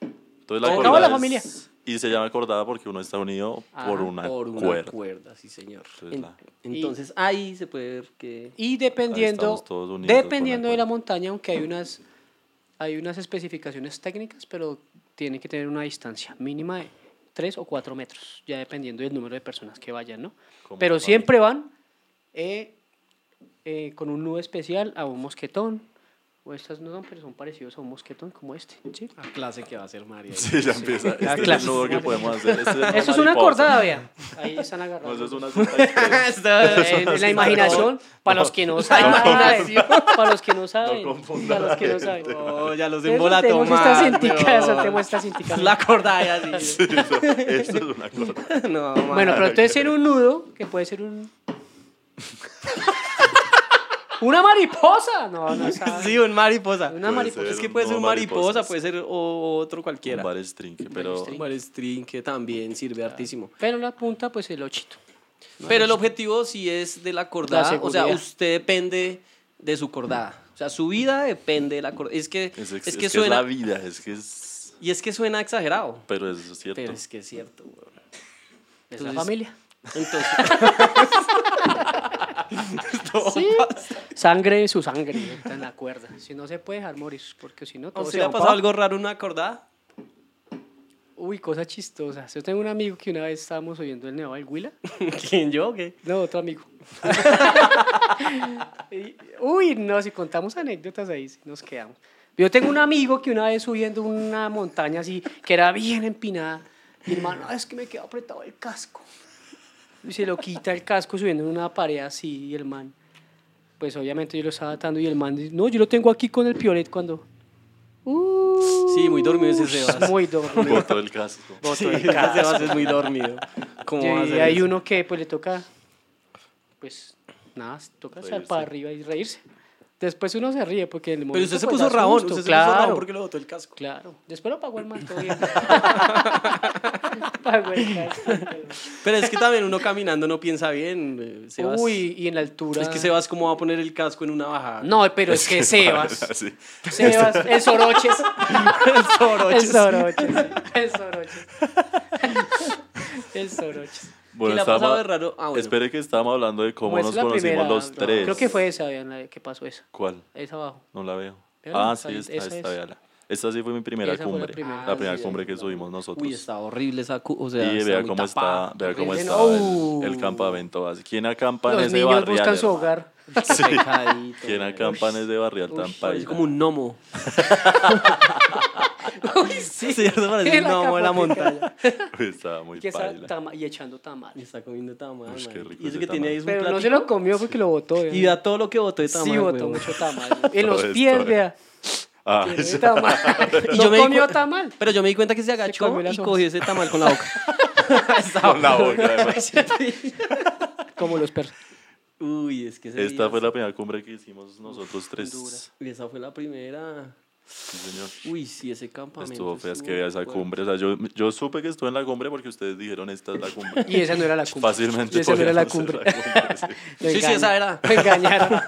Speaker 1: Entonces
Speaker 2: Se
Speaker 1: la
Speaker 2: acabó
Speaker 1: cordada.
Speaker 3: la
Speaker 1: es-
Speaker 3: familia.
Speaker 1: Y se llama cordada porque uno está unido
Speaker 3: Ah,
Speaker 1: por una
Speaker 2: por una
Speaker 1: cuerda.
Speaker 2: cuerda. sí, señor.
Speaker 1: Entonces,
Speaker 2: En-
Speaker 1: la-
Speaker 2: entonces, ahí se puede ver que...
Speaker 3: Y
Speaker 1: Ahí
Speaker 3: dependiendo,
Speaker 1: estamos todos unidos
Speaker 3: dependiendo
Speaker 1: por la
Speaker 3: de la
Speaker 1: cuerda.
Speaker 3: montaña, aunque hay unas, hay unas especificaciones técnicas, pero tiene que tener una distancia mínima de 3 o 4 metros, ya dependiendo del número de personas que vayan, ¿no?
Speaker 1: Como
Speaker 3: Pero
Speaker 1: para-
Speaker 3: siempre van eh, eh, con un nudo especial a un mosquetón, o estas no son, pero son parecidos a un mosquetón como este, ¿sí?
Speaker 2: La clase que va a hacer María.
Speaker 1: Sí, ya empieza.
Speaker 2: Ah,
Speaker 1: Este es
Speaker 3: claro.
Speaker 1: el nudo que podemos hacer. Este es
Speaker 3: Esto es una
Speaker 1: mariposa.
Speaker 3: cordada, vea. Ahí están
Speaker 1: No,
Speaker 3: agarrados.
Speaker 1: eso es una cinta expresa.
Speaker 3: Eh, la imaginación, para los que no saben, para los que no saben,
Speaker 1: confundan
Speaker 3: para los que no saben.
Speaker 2: Oh, ya los
Speaker 3: Eso,
Speaker 2: embola
Speaker 3: tenemos
Speaker 2: tomar,
Speaker 3: estas cinticas,
Speaker 2: weón.
Speaker 3: tenemos estas cinticas.
Speaker 2: La corda ahí así.
Speaker 1: Sí, eso- Esto es una cordada.
Speaker 2: No,
Speaker 3: Bueno,
Speaker 2: bueno,
Speaker 3: pero entonces ser un nudo, que puede ser un... ¡Una mariposa! No, no saben.
Speaker 2: sí, un mariposa.
Speaker 3: Una mariposa.
Speaker 1: ser
Speaker 2: es que puede
Speaker 1: un
Speaker 2: ser un
Speaker 1: no
Speaker 2: mariposa,
Speaker 1: mariposas.
Speaker 2: puede ser o- otro cualquiera.
Speaker 1: Un bar estrinque, pero
Speaker 2: Un bar string que también sirve hartísimo.
Speaker 3: Pero la punta, pues el ochito.
Speaker 2: Pero el objetivo sí es de la cordada.
Speaker 3: La
Speaker 2: o sea,
Speaker 3: seguridad.
Speaker 2: usted depende de su cordada. O sea, su vida depende de la cordada. Es que,
Speaker 1: es,
Speaker 2: es,
Speaker 1: ex- es
Speaker 2: que suena.
Speaker 1: la vida, es que es...
Speaker 2: y es que suena exagerado.
Speaker 1: Pero eso es cierto.
Speaker 2: Pero es que es cierto, weón.
Speaker 3: Es
Speaker 2: Entonces-
Speaker 3: la familia.
Speaker 2: Entonces,
Speaker 3: Sí. Sangre de su sangre, está en la cuerda. Si no se puede dejar morir, porque si no
Speaker 2: ¿a
Speaker 3: todo
Speaker 2: usted
Speaker 3: se
Speaker 2: le
Speaker 3: va
Speaker 2: ha
Speaker 3: pa-
Speaker 2: pasado algo raro en una cordada?
Speaker 3: Uy, cosa chistosa. Yo tengo un amigo que una vez estábamos oyendo el Nevado del Huila.
Speaker 2: ¿Quién yo o qué?
Speaker 3: No, otro amigo. Y- Uy, no, si contamos anécdotas ahí, sí nos quedamos. Yo tengo un amigo que una vez subiendo una montaña así, que era bien empinada, mi hermano, "Ah, es que me quedó apretado el casco. Y se lo quita el casco subiendo en una pared así, y el man, pues obviamente yo lo estaba atando, y el man dice, no, yo lo tengo aquí con el piolet cuando...
Speaker 2: Sí, muy dormido ese
Speaker 3: Ush,
Speaker 2: Sebas.
Speaker 3: Muy dormido.
Speaker 1: Botó el casco.
Speaker 3: Botó
Speaker 2: Sí,
Speaker 3: el
Speaker 2: ese
Speaker 3: casco.
Speaker 2: Sebas es muy dormido. ¿Cómo
Speaker 3: Y
Speaker 2: va a ser
Speaker 3: hay
Speaker 2: eso?
Speaker 3: uno que pues le toca, pues nada, toca estar
Speaker 1: Reírse.
Speaker 3: para arriba y reírse. Después uno se ríe porque en el
Speaker 2: Pero
Speaker 3: momento,
Speaker 2: usted se
Speaker 3: pues,
Speaker 2: puso
Speaker 3: da
Speaker 2: rabón,
Speaker 3: susto,
Speaker 2: usted se puso
Speaker 3: claro,
Speaker 2: rabón porque le botó el casco.
Speaker 3: Claro. Después lo pagó el man, todo bien. Pagó el casco.
Speaker 2: Pero es que también uno caminando no piensa bien, eh, Sebas.
Speaker 3: Uy, y en la altura.
Speaker 2: Es que Sebas, ¿cómo va a poner el casco en una bajada?
Speaker 3: No, pero es que Sebas.
Speaker 1: Sí.
Speaker 3: Sebas, el Soroches.
Speaker 2: el
Speaker 3: El
Speaker 2: soroches.
Speaker 3: Soroches. El Soroches. El Soroches.
Speaker 2: ¿Qué
Speaker 1: Bueno,
Speaker 2: le ha pasado
Speaker 1: estábamos-
Speaker 2: de raro? Ah, bueno.
Speaker 1: Espere que estábamos hablando de cómo
Speaker 3: Como es
Speaker 1: nos
Speaker 3: la
Speaker 1: conocimos
Speaker 3: primera-
Speaker 1: los
Speaker 3: no,
Speaker 1: tres.
Speaker 3: Creo que fue esa, vean, la que pasó esa.
Speaker 1: ¿Cuál?
Speaker 3: Esa abajo.
Speaker 1: No la veo.
Speaker 3: Véala,
Speaker 1: ah, sí,
Speaker 3: ahí-
Speaker 1: esta,
Speaker 3: esa
Speaker 1: esta,
Speaker 3: es.
Speaker 1: véala. Esta sí fue mi primera
Speaker 3: Esa fue la
Speaker 1: cumbre.
Speaker 3: primera.
Speaker 2: Ah,
Speaker 1: primera
Speaker 2: sí,
Speaker 1: cumbre que subimos nosotros.
Speaker 2: Uy, está horrible esa... cu- O sea,
Speaker 1: y
Speaker 2: está
Speaker 1: vea
Speaker 2: muy
Speaker 1: cómo
Speaker 2: tapada.
Speaker 1: está, vea cómo
Speaker 3: Horrible,
Speaker 1: está
Speaker 3: ¿no?
Speaker 1: el, el campamento. así. ¿Quién acampa en
Speaker 3: Los
Speaker 1: ese
Speaker 3: niños
Speaker 1: barrial?
Speaker 3: buscan su
Speaker 1: hermano?
Speaker 3: hogar.
Speaker 1: Sí.
Speaker 2: Pecadito,
Speaker 1: ¿Quién
Speaker 2: güey.
Speaker 1: acampa en ese barrial tan
Speaker 2: Parece
Speaker 1: paisa?
Speaker 2: como un gnomo.
Speaker 3: Uy, sí.
Speaker 2: Sí, eso parece un
Speaker 3: La
Speaker 2: gnomo de la
Speaker 3: capotica.
Speaker 2: montaña.
Speaker 1: Uy, Estaba muy
Speaker 3: Que está
Speaker 1: paila.
Speaker 3: tama- y echando
Speaker 2: Y
Speaker 3: tamales.
Speaker 2: está comiendo tamal,
Speaker 1: Uy, qué
Speaker 2: marica.
Speaker 1: rico
Speaker 2: Y eso
Speaker 1: ese
Speaker 2: que tiene ahí es un
Speaker 3: Pero no se
Speaker 2: platico.
Speaker 3: lo comió porque lo botó.
Speaker 2: Y
Speaker 3: vean.
Speaker 2: vea todo lo que botó de tamal,
Speaker 3: Sí, botó
Speaker 2: huevón.
Speaker 3: mucho tamal. En los
Speaker 1: Todo
Speaker 3: pies,
Speaker 1: esto,
Speaker 3: vea.
Speaker 1: Ah,
Speaker 3: Tiene
Speaker 1: eso-
Speaker 3: tamal.
Speaker 2: Y yo
Speaker 3: No
Speaker 2: me di
Speaker 3: comió
Speaker 2: cu-
Speaker 3: tamal.
Speaker 2: Pero yo me di cuenta que se agachó
Speaker 3: comió las
Speaker 2: y
Speaker 3: hojas.
Speaker 2: cogió ese tamal con la boca.
Speaker 1: con la boca. además.
Speaker 3: Como los perros.
Speaker 2: Uy, es que ese
Speaker 1: Esta
Speaker 2: día-
Speaker 1: fue la primera cumbre que hicimos nosotros tres.
Speaker 2: Uy, esa fue la primera.
Speaker 1: Sí, señor.
Speaker 2: Uy, sí, ese campamento.
Speaker 1: Estuvo fea, es que
Speaker 2: estuvo
Speaker 1: vea esa
Speaker 2: fuerte.
Speaker 1: cumbre. O sea, yo, yo supe que estuve en la cumbre porque ustedes dijeron esta es la cumbre.
Speaker 3: Y esa no era la cumbre.
Speaker 1: Fácilmente.
Speaker 3: Y esa no era la
Speaker 1: podíamos
Speaker 3: cumbre.
Speaker 1: ser la cumbre, sí.
Speaker 3: Lo
Speaker 2: Sí, sí, esa era.
Speaker 3: Me engañaron.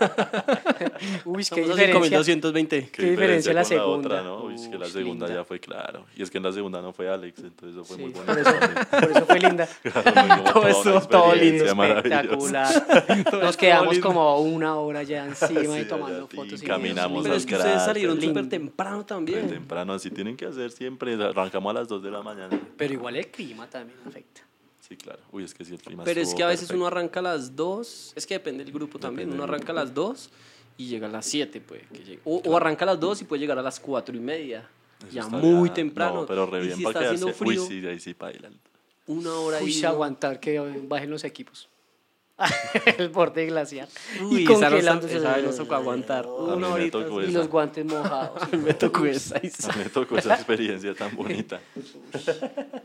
Speaker 3: Uy, qué
Speaker 2: Estamos a
Speaker 3: diferencia.
Speaker 2: 5220.
Speaker 1: Qué,
Speaker 3: Qué diferencia
Speaker 1: diferencia
Speaker 3: la
Speaker 1: con la otra,
Speaker 3: segunda.
Speaker 1: ¿no? Uy, es que la
Speaker 3: Uy,
Speaker 1: segunda
Speaker 3: linda.
Speaker 1: ya fue claro. Y es que en la segunda no fue Alex, entonces eso fue
Speaker 3: Sí,
Speaker 1: muy bonito.
Speaker 3: por eso,
Speaker 1: también.
Speaker 3: por eso fue linda.
Speaker 1: Claro, fue como
Speaker 2: Todo
Speaker 1: toda
Speaker 2: eso,
Speaker 1: una
Speaker 2: todo lindo,
Speaker 1: experiencia maravillosa.
Speaker 3: Espectacular. Nos quedamos como una hora ya encima
Speaker 1: Sí,
Speaker 3: y tomando
Speaker 1: allá, y
Speaker 3: fotos.
Speaker 1: caminamos
Speaker 2: Pero
Speaker 1: al
Speaker 2: es que ustedes
Speaker 1: cráter.
Speaker 2: salieron
Speaker 1: Lindo.
Speaker 2: súper temprano
Speaker 1: Re
Speaker 2: también.
Speaker 1: temprano, así tienen que hacer siempre. Arrancamos a las 2 de la mañana.
Speaker 3: Pero igual el clima también afecta.
Speaker 1: Sí, claro. Uy, es que sí, el clima
Speaker 2: Pero es
Speaker 1: estuvo
Speaker 2: que a veces
Speaker 1: perfecto.
Speaker 2: uno arranca a las 2, es que depende del grupo también,
Speaker 1: Depende
Speaker 2: uno
Speaker 1: del
Speaker 2: arranca a las 2 y llega a las 7, puede
Speaker 3: pues,
Speaker 2: que llegue. O, o arranca a las 2 y puede llegar a las 4 y media,
Speaker 1: Eso
Speaker 2: ya
Speaker 1: está
Speaker 2: muy
Speaker 1: ya-
Speaker 2: temprano.
Speaker 1: No, pero re
Speaker 2: y
Speaker 1: bien
Speaker 2: si
Speaker 1: para
Speaker 2: está
Speaker 1: quedarse.
Speaker 2: haciendo frío,
Speaker 1: Uy, sí, ahí sí bailan.
Speaker 2: una hora
Speaker 3: Uy,
Speaker 2: y...
Speaker 3: se aguantar que bajen los equipos. el borde glaciar.
Speaker 2: Uy,
Speaker 3: y
Speaker 2: esa no,
Speaker 3: congelándose.
Speaker 2: esa no tocó aguantar.
Speaker 1: A mí
Speaker 2: Una
Speaker 1: me
Speaker 2: horita.
Speaker 1: tocó
Speaker 2: sí.
Speaker 3: y
Speaker 1: esa.
Speaker 3: los guantes mojados.
Speaker 2: Me tocó esa. y-
Speaker 1: A mí me tocó esa experiencia tan bonita.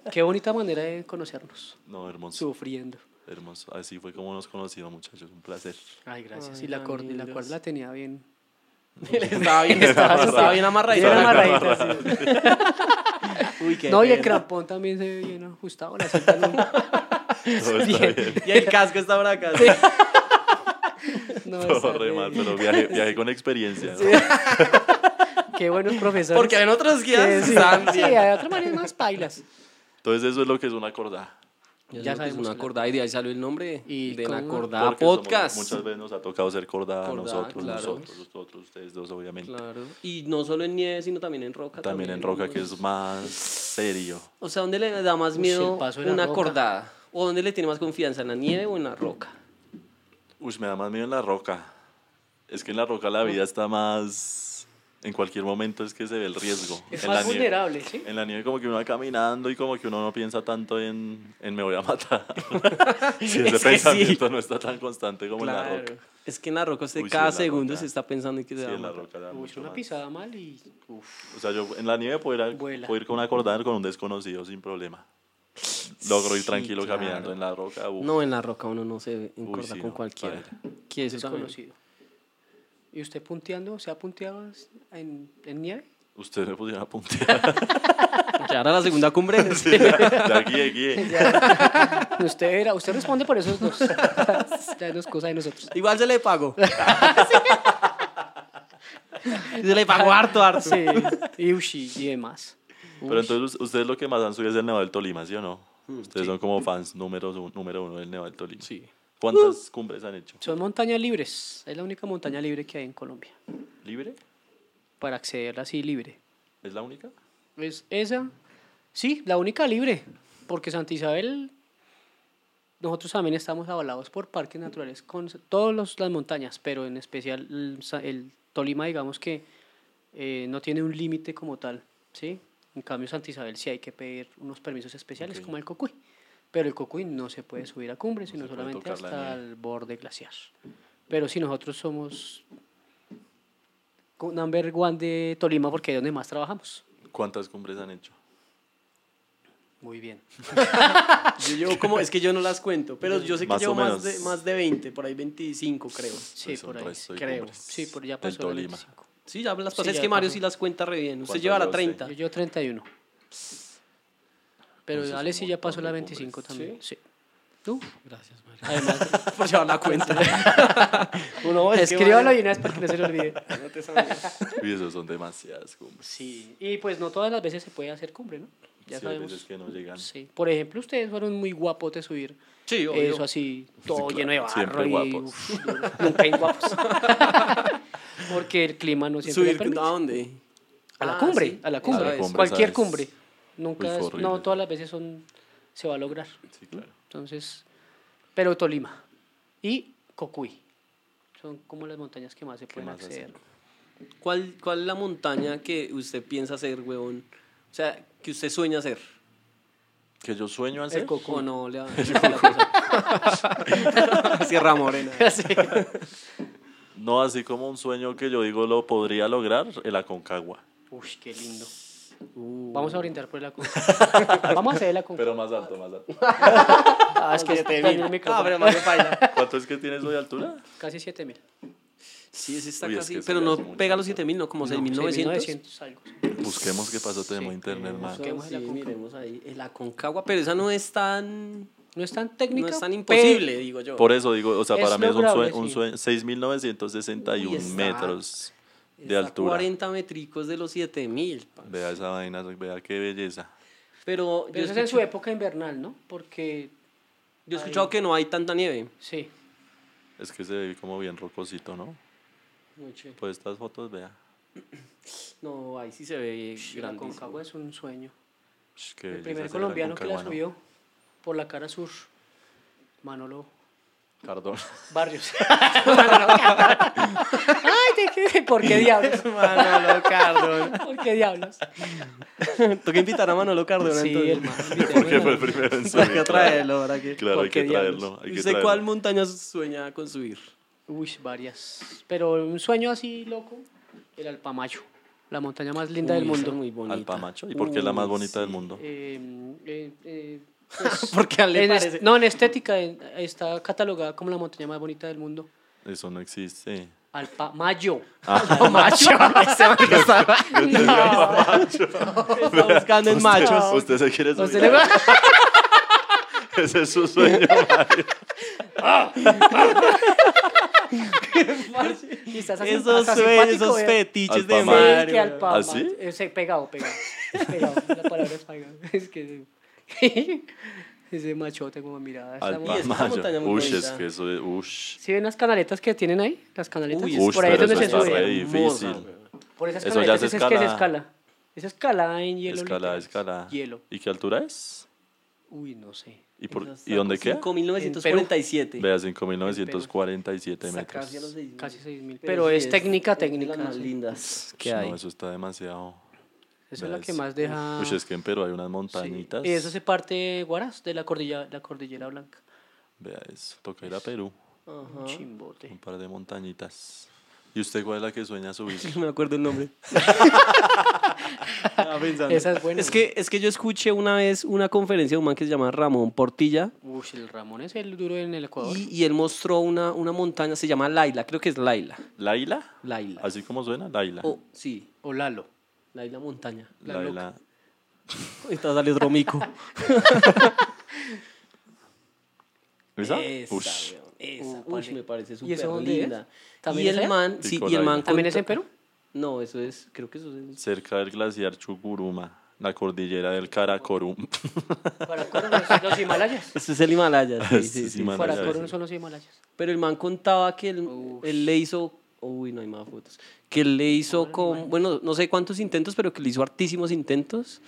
Speaker 3: Qué bonita manera de conocernos.
Speaker 1: No, hermoso.
Speaker 3: Sufriendo.
Speaker 1: Hermoso. Así fue como nos conocimos, muchachos. Un placer.
Speaker 3: Ay, gracias.
Speaker 2: Ay,
Speaker 3: y la cuerda, y la
Speaker 2: amigos.
Speaker 3: cuerda la tenía bien.
Speaker 2: Estaba bien, estaba, estaba bien amarradita.
Speaker 3: Bien amarradita, sí.
Speaker 2: Uy, qué
Speaker 3: No, y el
Speaker 2: pena.
Speaker 3: crampón también se ve bien ajustado. La cinta no,
Speaker 1: Todo está
Speaker 3: Bien.
Speaker 1: bien.
Speaker 2: Y el casco está por acá.
Speaker 3: no
Speaker 1: Todo
Speaker 3: está
Speaker 1: re
Speaker 3: bien.
Speaker 1: mal, pero viaje, viaje con experiencia. ¿no?
Speaker 3: Qué buenos profesores.
Speaker 2: Porque en otros
Speaker 3: Sí,
Speaker 2: guías
Speaker 3: sí,
Speaker 2: están
Speaker 3: sí,
Speaker 2: bien.
Speaker 3: de otra manera más pailas.
Speaker 1: Entonces eso es lo que es una corda.
Speaker 2: Ya,
Speaker 3: Ya
Speaker 2: sabemos
Speaker 3: sabemos
Speaker 2: una
Speaker 3: que la-
Speaker 2: acordada y de ahí salió el nombre
Speaker 3: Y
Speaker 2: de
Speaker 3: con-
Speaker 2: acordada
Speaker 1: Porque somos-
Speaker 2: podcast.
Speaker 1: muchas veces nos ha tocado ser corda, a
Speaker 2: Corda,
Speaker 1: nosotros,
Speaker 2: claro.
Speaker 1: nosotros, nosotros, ustedes dos obviamente.
Speaker 2: Claro. Y no solo en nieve, sino también en roca.
Speaker 1: También en roca que es más serio.
Speaker 2: O sea, ¿dónde le da más
Speaker 3: Uy,
Speaker 2: miedo
Speaker 3: el paso de la
Speaker 2: una
Speaker 3: roca.
Speaker 2: acordada? ¿O dónde le tiene más confianza, en la nieve o en la roca?
Speaker 1: Uy, me da más miedo en la roca. Es que en la roca la vida está más... En cualquier momento es que se ve el riesgo.
Speaker 3: Es
Speaker 1: en
Speaker 3: más
Speaker 1: la nieve-
Speaker 3: vulnerable, ¿sí?
Speaker 1: En la nieve como que uno va caminando y como que uno no piensa tanto en, en me voy a matar. si
Speaker 2: Es
Speaker 1: ese
Speaker 2: que sí.
Speaker 1: pensamiento no está tan constante como en la roca.
Speaker 2: Es que en la roca usted
Speaker 1: Uy, sí, en
Speaker 2: cada
Speaker 1: la
Speaker 2: segundo
Speaker 1: roca.
Speaker 2: se está pensando en que se
Speaker 1: Sí,
Speaker 2: va a
Speaker 1: en la
Speaker 2: matar.
Speaker 1: roca da
Speaker 3: Uy,
Speaker 1: mucho
Speaker 3: una
Speaker 1: más.
Speaker 3: pisada mal y. Uf.
Speaker 1: O sea, yo en la nieve puedo ir, a-
Speaker 3: Vuela.
Speaker 1: puedo ir con una cordada con un desconocido sin problema. Logro ir
Speaker 2: Sí,
Speaker 1: tranquilo
Speaker 2: claro.
Speaker 1: caminando en la roca. uf.
Speaker 2: No, en la roca uno no se encorda
Speaker 1: sí,
Speaker 2: con
Speaker 1: no,
Speaker 2: cualquiera. Que eso también.
Speaker 3: desconocido. ¿Y usted punteando? ¿Se ha punteado en, en nieve?
Speaker 1: Usted me pudiera apuntar.
Speaker 2: Ya era la segunda cumbre.
Speaker 1: Sí, de aquí, de aquí.
Speaker 3: usted, era, usted responde por esos dos. ya no es cosa de nosotros.
Speaker 2: Igual se le pagó. se le pagó harto, harto.
Speaker 3: Sí, y ushi y demás.
Speaker 1: Pero entonces us- ustedes lo que más han subido es el Nevado del Tolima, ¿sí o no? Ustedes son como fans número, un- número uno del Nevado del Tolima.
Speaker 2: Mm, Sí.
Speaker 1: ¿Cuántas cumbres han hecho?
Speaker 3: Son montañas libres. Es la única montaña libre que hay en Colombia.
Speaker 1: ¿Libre?
Speaker 3: Para acceder así libre.
Speaker 1: ¿Es la única?
Speaker 3: Es esa. Sí, la única libre. Porque Santa Isabel, nosotros también estamos avalados por parques naturales, con todas las montañas, pero en especial el, Sa- el Tolima, digamos que eh, no tiene un límite como tal. ¿sí? En cambio, Santa Isabel sí hay que pedir unos permisos especiales,
Speaker 1: Ok.
Speaker 3: como el Cocuy. Pero el Cocuy no se puede subir a cumbre, sino
Speaker 1: se puede
Speaker 3: solamente
Speaker 1: tocar la
Speaker 3: hasta
Speaker 1: nieve.
Speaker 3: el borde glaciar. Pero si nosotros somos co- number one de Tolima, porque es donde más trabajamos.
Speaker 1: ¿Cuántas cumbres han hecho?
Speaker 3: Muy bien.
Speaker 2: Yo llevo como, es que yo no las cuento, pero yo sé que
Speaker 1: Más o
Speaker 2: llevo más
Speaker 1: menos.
Speaker 2: de, más de 20, por ahí 25 creo.
Speaker 3: Sí,
Speaker 1: son
Speaker 3: por ahí.
Speaker 1: resto de
Speaker 3: Creo.
Speaker 1: cumbres
Speaker 3: Sí, por ya
Speaker 1: del
Speaker 3: pasó el
Speaker 1: Tolima.
Speaker 3: 25.
Speaker 2: Sí, ya me las pasé,
Speaker 3: Sí,
Speaker 2: es
Speaker 3: ya
Speaker 2: que Mario
Speaker 3: pasó.
Speaker 2: sí las cuenta re bien. Usted
Speaker 1: ¿Cuántas
Speaker 2: llevará
Speaker 1: lleva
Speaker 2: 30.
Speaker 1: usted?
Speaker 3: Yo llevo 31. Pero
Speaker 1: Entonces,
Speaker 3: Ale
Speaker 1: un
Speaker 3: sí ya
Speaker 1: montón
Speaker 3: pasó
Speaker 1: de
Speaker 3: la
Speaker 1: cumbres.
Speaker 3: 25 también. Sí. pues,
Speaker 2: Gracias, Mario. Además, por llevar la cuenta.
Speaker 3: Uno,
Speaker 2: es que
Speaker 3: Escríbalo
Speaker 2: vale.
Speaker 3: y una vez para que no se le olvide.
Speaker 1: Y esos son demasiadas cumbres.
Speaker 3: Sí. Y pues no todas las veces se puede hacer cumbre, ¿no? Ya
Speaker 1: Sí, hay
Speaker 3: sabemos.
Speaker 1: veces que no llegan.
Speaker 3: Sí. Por ejemplo, ustedes fueron muy guapos de subir
Speaker 2: Sí, obvio.
Speaker 3: eso así, todo
Speaker 1: claro,
Speaker 3: lleno de barro.
Speaker 1: siempre
Speaker 3: y,
Speaker 1: guapos.
Speaker 3: uf, duro. nunca hay guapos. Porque el clima no siempre lo
Speaker 2: ¿Subir
Speaker 3: permite.
Speaker 2: a dónde?
Speaker 3: A la
Speaker 2: Ah,
Speaker 3: cumbre,
Speaker 2: sí.
Speaker 3: a la cumbre.
Speaker 1: la cumbre,
Speaker 3: Cualquier
Speaker 1: ¿sabes?
Speaker 3: cumbre.
Speaker 1: Uy,
Speaker 3: Nunca,
Speaker 1: fue
Speaker 3: es- no
Speaker 1: horrible.
Speaker 3: todas las veces son, se va a lograr.
Speaker 1: Sí, claro.
Speaker 3: Entonces, pero Tolima y Cocuy son como las montañas que más se pueden
Speaker 1: más
Speaker 3: acceder.
Speaker 1: hacen?
Speaker 2: ¿Cuál, ¿Cuál es la montaña que usted piensa hacer, huevón? O sea, que usted sueña hacer.
Speaker 1: Que yo sueño hacer.
Speaker 2: ¿O no le ha- Sierra Morena.
Speaker 3: Sí.
Speaker 1: No, así como un sueño que yo digo lo podría lograr, el Aconcagua.
Speaker 3: Uy, qué lindo.
Speaker 2: Uh.
Speaker 3: Vamos a brindar por la Cocuy. Vamos a hacer la Cocuy.
Speaker 1: Pero más alto, más alto.
Speaker 3: Ah, es que está en el
Speaker 2: Ah,
Speaker 3: micrófono.
Speaker 2: pero Mario baila.
Speaker 1: ¿Cuánto es que tienes hoy de altura?
Speaker 3: Casi 7000.
Speaker 2: Sí, ese está
Speaker 1: Uy, es
Speaker 2: casi.
Speaker 1: que eso
Speaker 2: pero
Speaker 1: ya
Speaker 2: no
Speaker 1: es mucho.
Speaker 2: pega los 7000, no, como 6900.
Speaker 3: 6900 algo.
Speaker 1: Busquemos qué pasó, tenemos
Speaker 3: Sí.
Speaker 1: internet, man.
Speaker 3: Eso. Busquemos
Speaker 2: Sí,
Speaker 3: el Aconcagua.
Speaker 2: miremos ahí. El Aconcagua, pero esa no es tan.
Speaker 3: No es tan técnica.
Speaker 2: No es tan
Speaker 3: pero-
Speaker 2: imposible, digo yo.
Speaker 1: Por eso digo, o sea,
Speaker 3: Es
Speaker 1: para mí es un
Speaker 3: lograble,
Speaker 1: sueño, un
Speaker 3: sí.
Speaker 1: sueño 6.961
Speaker 2: Uy, está-
Speaker 1: metros de
Speaker 2: Está a
Speaker 1: altura.
Speaker 2: 40 metricos de los 7000. pa.
Speaker 1: Vea esa vaina, vea qué belleza.
Speaker 2: Pero, yo
Speaker 3: Pero
Speaker 2: he
Speaker 3: eso es en su
Speaker 2: escuchado-
Speaker 3: época invernal, ¿no? Porque,
Speaker 2: yo he escuchado que no hay tanta nieve.
Speaker 3: sí.
Speaker 1: Es que se ve como bien rocosito, ¿no? Pues estas fotos, vea.
Speaker 2: No, ahí sí se ve
Speaker 3: La
Speaker 2: grandísimo.
Speaker 3: Aconcagua es un sueño.
Speaker 1: Sh, qué
Speaker 3: El
Speaker 1: belleza ese
Speaker 3: primer
Speaker 1: del
Speaker 3: colombiano que la
Speaker 1: Aconcagua, ¿no?
Speaker 3: subió por la cara sur, Manolo
Speaker 1: Cardón.
Speaker 3: Barrios. Manolo Cardona. Ay, te quedé. ¿Por qué diablos?
Speaker 2: Manolo Cardona.
Speaker 3: ¿Por qué diablos?
Speaker 2: Tengo que invitar a Manolo Cardona.
Speaker 3: Sí,
Speaker 2: entonces.
Speaker 3: el man.
Speaker 1: Porque fue el primero en subir.
Speaker 2: Hay que traerlo, ¿verdad? Que-
Speaker 1: Claro, hay
Speaker 2: porque
Speaker 1: que
Speaker 2: diablos.
Speaker 1: traerlo, hay que
Speaker 2: ¿Usted cuál
Speaker 1: traerlo.
Speaker 2: montaña sueña con subir?
Speaker 3: Uy, varias. Pero un sueño así loco, el Alpamayo, la montaña más linda del
Speaker 2: Uy, esa
Speaker 3: mundo.
Speaker 2: es muy bonita.
Speaker 1: Al Pamacho. ¿Y por qué es la más bonita del mundo?
Speaker 3: Eh, eh, eh, pues,
Speaker 2: Porque a él le
Speaker 3: en est-
Speaker 2: parece.
Speaker 3: no, en estética en- está catalogada como la montaña más bonita del mundo.
Speaker 1: Eso no existe.
Speaker 3: Alpamayo.
Speaker 2: Ah. Está buscando en machos.
Speaker 1: Usted se quiere subir.
Speaker 3: Usted le va-
Speaker 1: Ese es su sueño.
Speaker 3: Y estás así-
Speaker 2: Esos
Speaker 3: hasta
Speaker 2: sueños,
Speaker 3: simpático,
Speaker 2: esos
Speaker 3: ¿eh?
Speaker 2: fetiches de
Speaker 1: Al
Speaker 3: Sí, es
Speaker 2: Mario.
Speaker 3: que al eh,
Speaker 1: ¿Ah, sí?
Speaker 3: sí? Pegado, pegado. Pegado, la palabra es pegado. Es que... Ese machote como mirada. esa
Speaker 1: Al
Speaker 3: mujer.
Speaker 2: es una montaña
Speaker 1: Pamacho.
Speaker 2: muy
Speaker 1: Ush, es
Speaker 2: bonita.
Speaker 1: que eso es. Ush.
Speaker 3: ¿Sí ven las canaletas que tienen ahí? Las canaletas.
Speaker 2: Uy,
Speaker 1: Ush,
Speaker 3: por ahí es
Speaker 1: pero
Speaker 3: donde
Speaker 1: eso
Speaker 3: se
Speaker 1: está re
Speaker 3: sube.
Speaker 2: suben. Hermosa,
Speaker 1: difícil.
Speaker 3: Por esas
Speaker 1: Eso ya
Speaker 3: canaletas
Speaker 1: se
Speaker 3: es que se
Speaker 1: escala.
Speaker 3: escala. Es escalada en hielo.
Speaker 1: Escala,
Speaker 3: literal.
Speaker 1: escala.
Speaker 3: Hielo.
Speaker 1: ¿Y qué altura es?
Speaker 3: Uy, no sé.
Speaker 1: ¿Y, por,
Speaker 2: Esas
Speaker 1: ¿y dónde queda?
Speaker 2: 5.947.
Speaker 1: Vea, 5.947
Speaker 2: Está casi a los
Speaker 1: metros.
Speaker 2: 6.000.
Speaker 3: Casi 6.000. Pero,
Speaker 2: sí,
Speaker 3: es, técnica,
Speaker 2: es de
Speaker 3: técnica.
Speaker 2: las más
Speaker 3: sí.
Speaker 2: lindas que hay.
Speaker 1: No, eso está demasiado.
Speaker 3: Eso es
Speaker 1: Vea,
Speaker 3: lo que
Speaker 1: es-
Speaker 3: más deja...
Speaker 1: Ush, es que en Perú hay unas
Speaker 3: sí.
Speaker 1: montañitas.
Speaker 3: Y eso se parte, Guaras, de la cordillera, la cordillera blanca.
Speaker 1: Vea, eso. Toca ir a Perú.
Speaker 2: Ajá.
Speaker 1: Un
Speaker 3: Chimbote.
Speaker 1: par de montañitas. ¿Y usted cuál es la que sueña subir?
Speaker 2: No me acuerdo el nombre. Estaba pensando.
Speaker 3: Esa es buena.
Speaker 2: Es que, es que yo escuché una vez una conferencia de un man que se llama Ramón Portilla
Speaker 3: Uy, el Ramón es el duro en el Ecuador.
Speaker 2: y, y él mostró una, una montaña, se llama Laila, creo que es Laila.
Speaker 1: ¿Laila?
Speaker 2: Laila.
Speaker 1: Así como suena, Laila.
Speaker 2: Oh, sí,
Speaker 3: O Lalo.
Speaker 2: Laila Montaña.
Speaker 3: la
Speaker 1: Laila.
Speaker 2: Está sale otro mico.
Speaker 1: ¿Esa?
Speaker 2: Esa,
Speaker 1: Ush.
Speaker 2: weón, esa.
Speaker 3: Uh,
Speaker 2: Ush,
Speaker 3: vale.
Speaker 2: me
Speaker 3: ¿Y
Speaker 2: parece
Speaker 3: eso
Speaker 2: súper
Speaker 3: dónde
Speaker 2: linda.
Speaker 3: es? ¿También
Speaker 2: Y
Speaker 3: es
Speaker 2: el
Speaker 3: allá?
Speaker 2: man, sí, y el
Speaker 1: Picolaya.
Speaker 2: man
Speaker 3: ¿También es
Speaker 2: contó-
Speaker 3: en Perú?
Speaker 2: No, eso es, creo que eso es
Speaker 1: Cerca del glaciar Chucuruma, la cordillera del Karakorum.
Speaker 3: Paracorum, los- los Himalayas.
Speaker 2: Ese es el Himalaya, sí, sí,
Speaker 1: Sí,
Speaker 2: sí.
Speaker 1: sí, man. Himalayas,
Speaker 3: Paracorum
Speaker 1: sí.
Speaker 3: son los Himalayas.
Speaker 2: Pero el man contaba que él,
Speaker 3: Ush.
Speaker 2: él le hizo, uy, no hay más fotos, que él le hizo con, bueno, no sé cuántos intentos, pero que le hizo hartísimos intentos